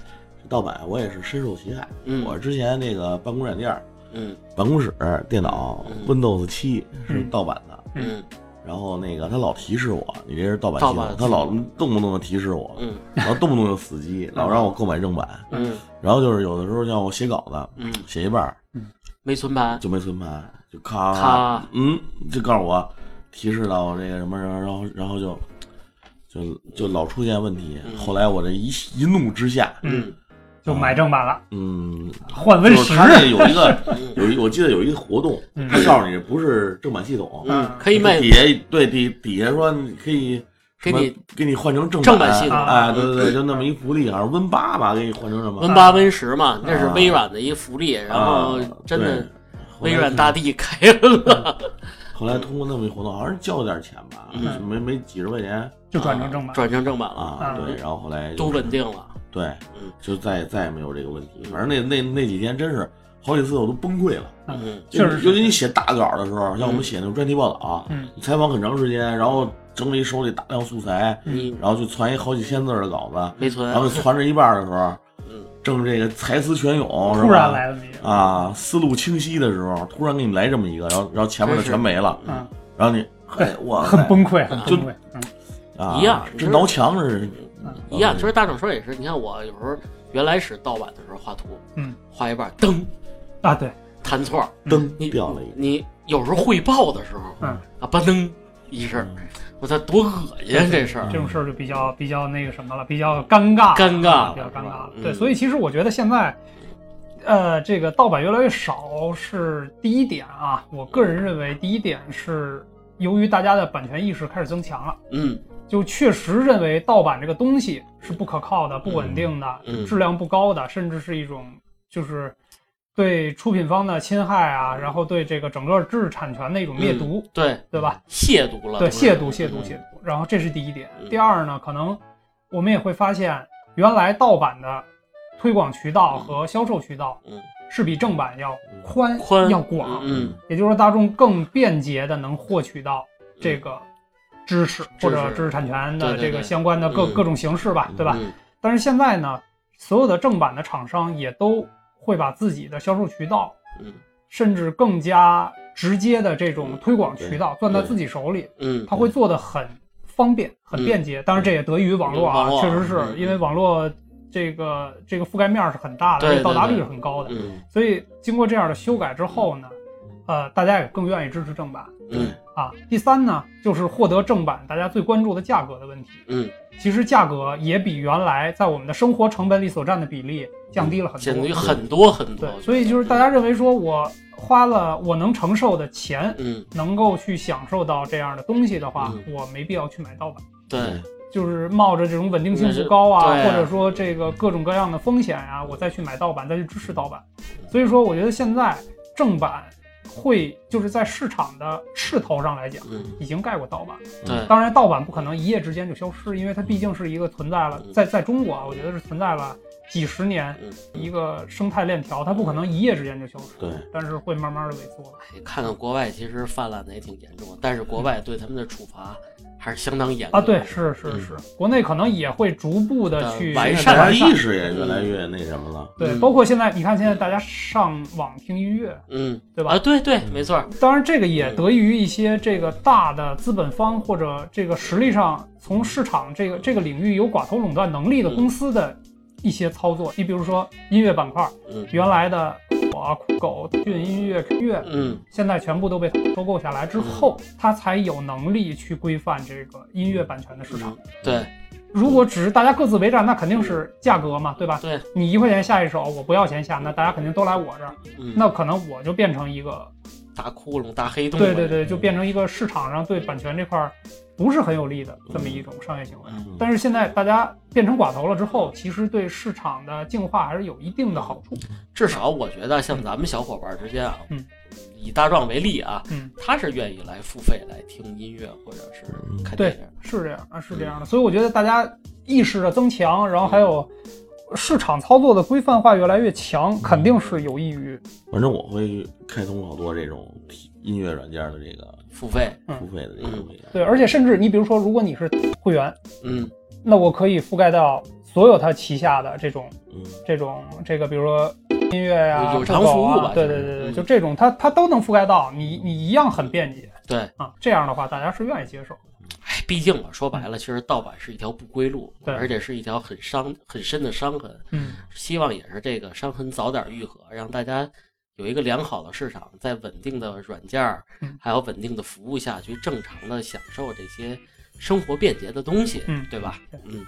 Speaker 3: 盗版我也是深受其害。
Speaker 1: 嗯
Speaker 3: 我之前那个办公软件儿、
Speaker 1: 嗯
Speaker 3: 办公室电脑
Speaker 1: 嗯
Speaker 3: Windows 七是
Speaker 2: 嗯
Speaker 3: 盗版的，
Speaker 1: 嗯
Speaker 3: 然后那个他老提示我，你这是盗版
Speaker 1: 盗
Speaker 3: 系
Speaker 1: 版
Speaker 3: 统，
Speaker 1: 系
Speaker 3: 他
Speaker 1: 统
Speaker 3: 老动不动的提示我，
Speaker 1: 嗯
Speaker 3: 然后动不动就死机，老让我购买正版。
Speaker 1: 嗯
Speaker 3: 然后就是有的时候像我写稿子，
Speaker 1: 嗯，
Speaker 3: 写一半儿
Speaker 1: 没存盘，
Speaker 3: 就没存盘，就咔
Speaker 1: 咔
Speaker 3: 嗯，就告诉我提示到我这个什么，然后然后然后就就就老出现问题。
Speaker 1: 嗯
Speaker 3: 后来我这一一怒之下，
Speaker 2: 嗯，
Speaker 1: 嗯
Speaker 2: 就买正版了，
Speaker 3: 嗯，
Speaker 2: 换 Win
Speaker 3: 就是
Speaker 2: 十。
Speaker 3: 他那有一个
Speaker 1: 嗯
Speaker 3: 有一我记得有一个活动，
Speaker 2: 嗯
Speaker 3: 他告诉你不是正版系统，
Speaker 1: 嗯，可以卖
Speaker 3: 底下对底底下说你可以
Speaker 1: 给
Speaker 3: 什么
Speaker 1: 你
Speaker 3: 给你换成正
Speaker 1: 正版系统
Speaker 3: 哎，对对对，就那么一福利，好像 Win 八吧，给你换成什么啊
Speaker 1: 温八温十嘛，这是微软的一福利，然后哦真的。微软大
Speaker 3: 帝
Speaker 1: 地开恩了，
Speaker 3: 后来通过那么一活动，好像是交了点钱吧，
Speaker 1: 嗯
Speaker 3: 就没没几十块钱
Speaker 2: 就转成正版。
Speaker 1: 转成正版了，
Speaker 3: 啊，
Speaker 2: 嗯
Speaker 3: 对，然后后来就是
Speaker 1: 都稳定了。
Speaker 3: 对
Speaker 1: 嗯，
Speaker 3: 就再也再也没有这个问题。反正那那那几天真是好几次我都崩溃了。
Speaker 1: 嗯
Speaker 3: 就
Speaker 2: 确实是
Speaker 3: 尤其你写大稿的时候，像我们写那种专题报道啊，
Speaker 2: 嗯
Speaker 3: 你采访很长时间，然后整理手里大量素材，
Speaker 2: 嗯
Speaker 1: 你
Speaker 3: 然后就传一好几千字儿的稿子，
Speaker 1: 没存
Speaker 3: 嗯然，后传着一半儿的时候，
Speaker 1: 嗯
Speaker 3: 正这个才思泉涌，是吧
Speaker 2: 突然来了你，
Speaker 3: 啊，思路清晰的时候，突然给你来这么一个，然后然后前面的全没了，
Speaker 2: 嗯，
Speaker 3: 然后你哎哇塞
Speaker 2: 很崩溃，很崩溃。嗯
Speaker 3: 啊，
Speaker 1: 一样
Speaker 3: 这挠墙是
Speaker 1: 一样。其实大众说也是，你看我有时候原来使盗版的时候画图，
Speaker 2: 嗯
Speaker 1: 画一半噔
Speaker 2: 啊，对，
Speaker 1: 弹错儿，
Speaker 3: 灯
Speaker 1: 你
Speaker 3: 掉了一个，
Speaker 1: 你有时候汇报的时候
Speaker 2: 嗯，
Speaker 1: 啊吧噔一声，我操多恶心啊这事儿
Speaker 2: 这，种事儿就比较比较那个什么了，比较尴尬，
Speaker 1: 尴尬了
Speaker 2: 比较尴尬了。
Speaker 1: 嗯
Speaker 2: 对，所以其实我觉得现在，呃，这个盗版越来越少是第一点啊。我个人认为，第一点是由于大家的版权意识开始增强了。
Speaker 1: 嗯
Speaker 2: 就确实认为盗版这个东西是不可靠的、不稳定的、
Speaker 1: 嗯
Speaker 2: 质量不高的，甚至是一种就是对出品方的侵害啊，然后对这个整个知识产权的一种灭
Speaker 1: 嗯
Speaker 2: 毒，
Speaker 1: 对，
Speaker 2: 对吧？
Speaker 1: 亵渎了，
Speaker 2: 对，
Speaker 1: 就是
Speaker 2: 亵渎、亵渎、亵渎。然后这是第一点
Speaker 1: 嗯。
Speaker 2: 第二呢，可能我们也会发现，原来盗版的推广渠道和销售渠道
Speaker 1: 嗯
Speaker 2: 是比正版要宽、
Speaker 1: 宽
Speaker 2: 要广，
Speaker 1: 嗯
Speaker 2: 也就是说，大众更便捷的能获取到这个知识或者
Speaker 1: 嗯知识
Speaker 2: 知识产权
Speaker 1: 对
Speaker 2: 的
Speaker 1: 对
Speaker 2: 这个
Speaker 1: 对
Speaker 2: 相关的各
Speaker 1: 嗯
Speaker 2: 各种形式吧，对吧？
Speaker 1: 嗯
Speaker 2: 但是现在呢，所有的正版的厂商也都会把自己的销售渠道，
Speaker 1: 嗯
Speaker 2: 甚至更加直接的这种推广渠道攥在
Speaker 3: 对
Speaker 2: 自己手里，
Speaker 1: 嗯
Speaker 2: 它会做的很方便、很便捷。当然，这也得益于网
Speaker 1: 嗯
Speaker 2: 络
Speaker 1: 网
Speaker 2: 啊，
Speaker 1: 络
Speaker 2: 确实
Speaker 1: 嗯
Speaker 2: 是
Speaker 1: 嗯
Speaker 2: 因为网络这个这个覆盖面是很大的，
Speaker 1: 对
Speaker 2: 这个到达
Speaker 1: 对
Speaker 2: 率
Speaker 1: 对
Speaker 2: 是很高的。
Speaker 1: 嗯
Speaker 2: 所以经过这样的修改之后呢，呃，大家也更愿意支持正版
Speaker 1: 嗯
Speaker 2: 啊。第三呢，就是获得正版，大家最关注的价格的问题。
Speaker 1: 嗯，
Speaker 2: 其实价格也比原来在我们的生活成本里所占的比例降低了很
Speaker 1: 简直有
Speaker 2: 多。
Speaker 1: 嗯很多很多，
Speaker 2: 对，所以就是大家认为说我花了我能承受的钱，
Speaker 1: 嗯
Speaker 2: 能够去享受到这样的东西的话，
Speaker 1: 嗯
Speaker 2: 我没必要去买盗版。
Speaker 3: 嗯
Speaker 2: 嗯
Speaker 1: 对
Speaker 2: 就是冒着这种稳定性不高啊，
Speaker 1: 对
Speaker 2: 或者说这个各种各样的风险啊，我再去买盗版，再去支持盗版。所以说，我觉得现在正版会就是在市场的势头上来讲，
Speaker 1: 嗯
Speaker 2: 已经盖过盗版。
Speaker 1: 对嗯
Speaker 2: 当然，盗版不可能一夜之间就消失，因为它毕竟是一个存在了
Speaker 1: 嗯
Speaker 2: 在在中国啊，我觉得是存在了几十年
Speaker 1: 嗯
Speaker 2: 一个生态链条，它不可能一夜之间就消失，
Speaker 3: 对，
Speaker 2: 但是会慢慢的萎缩。
Speaker 1: 看看国外，其实泛滥的也挺严重的，但是国外对他们的处罚还还是相当严格
Speaker 2: 嗯啊，
Speaker 1: 的
Speaker 2: 对，是是是，国内可能也会逐步的
Speaker 1: 呃
Speaker 2: 去
Speaker 1: 嗯完
Speaker 3: 现
Speaker 1: 善
Speaker 3: 在大家
Speaker 1: 完善
Speaker 3: 意识也越来越那什么了。
Speaker 2: 对，
Speaker 1: 嗯
Speaker 2: 包括现在你看，现在大家上网听音乐，
Speaker 1: 嗯，
Speaker 2: 对吧
Speaker 1: 啊，对对，没错儿，
Speaker 2: 当然这个也得益于一些这个大的资本方或者这个实力上从市场这个这个领域有寡头垄断能
Speaker 1: 嗯
Speaker 2: 力的公司的一些操作。你比如说音乐板块，
Speaker 1: 嗯
Speaker 2: 原来的我啊酷狗、腾讯音乐、Q 乐，
Speaker 1: 嗯
Speaker 2: 现在全部都被收购下来之后，它才有能力去规范这个音乐版权的市场。
Speaker 1: 嗯，对，
Speaker 2: 如果只是大家各自为战，那肯定是价格嘛，对吧？
Speaker 1: 对，
Speaker 2: 你一块钱下一首，我不要钱下，那大家肯定都来我这儿，
Speaker 1: 嗯，
Speaker 2: 那可能我就变成一个，
Speaker 1: 大窟窿、大黑洞，
Speaker 2: 对对，对，就变成一个市场上对版权这块儿不是很有利的这么一种商业行为。
Speaker 3: 嗯
Speaker 2: 但是现在大家变成寡头了之后，其实对市场的净化还是有一定的好处。
Speaker 1: 至少我觉得像咱们小伙伴之间啊，
Speaker 2: 嗯
Speaker 1: 以大壮为例啊，
Speaker 2: 嗯，
Speaker 1: 他是愿意来付费来听音乐或者是看电
Speaker 2: 对
Speaker 1: 影，，
Speaker 2: 是这样，啊，是这样的。所以我觉得大家意识的增强，然后还有
Speaker 3: 嗯
Speaker 2: 市场操作的规范化越来越强，肯定是有益于
Speaker 3: 反正我会开通好多这种音乐软件的这个
Speaker 1: 付费，
Speaker 3: 付费的这个东西。啊
Speaker 2: 对。而且甚至你比如说，如果你是会员，
Speaker 1: 嗯
Speaker 2: 那我可以覆盖到所有它旗下的这种
Speaker 3: 嗯，
Speaker 2: 这种这个，比如说音乐呀、
Speaker 1: 有有
Speaker 2: 酷
Speaker 1: 偿
Speaker 2: 狗
Speaker 1: 服务吧
Speaker 2: 啊，对
Speaker 1: 就是
Speaker 2: 对对对，
Speaker 1: 嗯
Speaker 2: 就这种它它都能覆盖到，你你一样很便捷
Speaker 1: 对，
Speaker 2: 啊。这样的话，大家是愿意接受的。
Speaker 1: 哎，毕竟我说白了，其实盗版是一条不归路，
Speaker 2: 对
Speaker 1: 而且是一条很伤、很深的伤痕。
Speaker 2: 嗯，
Speaker 1: 希望也是这个伤痕早点愈合，让大家有一个良好的市场，在稳定的软件儿
Speaker 2: 嗯
Speaker 1: 还有稳定的服务下去，正常的享受这些生活便捷的东西，
Speaker 2: 嗯
Speaker 1: 对吧
Speaker 2: 对？
Speaker 1: 嗯，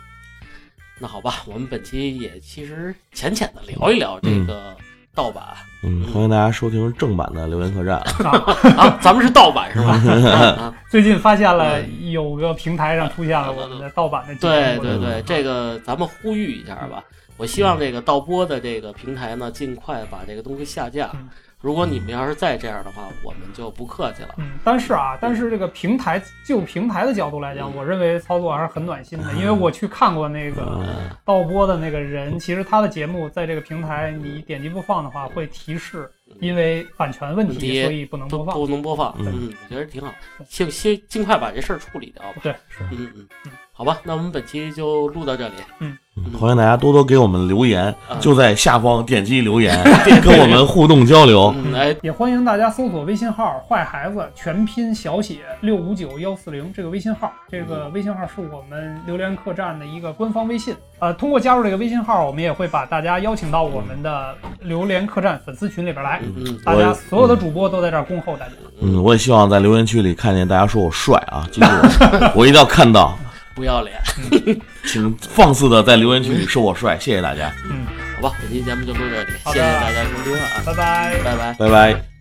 Speaker 1: 那好吧，我们本期也其实浅浅的聊一聊这个盗版、
Speaker 3: 嗯，欢迎大家收听正版的留言客栈。
Speaker 2: 啊，
Speaker 1: 啊，咱们是盗版是吧？啊
Speaker 2: 最近发 现了有个平台上出现了我们的盗版的节
Speaker 1: 对
Speaker 2: 目，
Speaker 1: 对
Speaker 2: 我觉
Speaker 1: 对，
Speaker 2: 得
Speaker 1: 这个咱们呼吁一下吧。我希望这个盗播的这个平台呢，尽快把这个东西下架
Speaker 2: 嗯。
Speaker 1: 如果你们要是再这样的话，我们就不客气了。
Speaker 2: 嗯，但是啊，但是这个平台就平台的角度来
Speaker 1: 嗯
Speaker 2: 讲，我认为操作还是很暖心
Speaker 1: 啊
Speaker 2: 的，因为我去看过那个
Speaker 3: 嗯，
Speaker 2: 盗播的那个人，其实他的节目在这个平台你点击播放的话，会提示
Speaker 1: 嗯
Speaker 2: 因为版权问
Speaker 1: 问题
Speaker 2: 题所以不能
Speaker 1: 嗯不
Speaker 2: 播放。
Speaker 1: 不能播放，
Speaker 3: 嗯
Speaker 1: 嗯，我觉得挺好，尽尽尽快把这事儿处理掉吧。
Speaker 2: 对，
Speaker 1: 嗯嗯，好吧，那我们本期就录到这里。
Speaker 3: 嗯欢迎大家多多给我们留言，
Speaker 1: 嗯
Speaker 3: 就在下方啊点击留言，跟我们互动交流。
Speaker 1: 嗯，哎，
Speaker 2: 也欢迎大家搜索微信号“坏孩子”全拼小写六五九幺四零这个微信号，这个微信号是我们榴莲客栈的一个官方微信。呃，通过加入这个微信号，我们也会把大家邀请到我们的榴莲客栈粉丝群里边来。
Speaker 1: 嗯，
Speaker 2: 大家所有的主播都在这儿恭候大家。
Speaker 3: 嗯，我也希望在留言区里看见大家说我帅啊，记住 我，我一定要看到，
Speaker 1: 不要脸，
Speaker 3: 请放肆的在留言区里说我帅，谢谢大家，
Speaker 2: 嗯，
Speaker 1: 好吧，本期节目就录到这里，
Speaker 2: 好
Speaker 1: 谢
Speaker 2: 的
Speaker 1: 谢大家收听啊，
Speaker 2: 拜拜。
Speaker 1: 拜拜。
Speaker 3: 拜拜。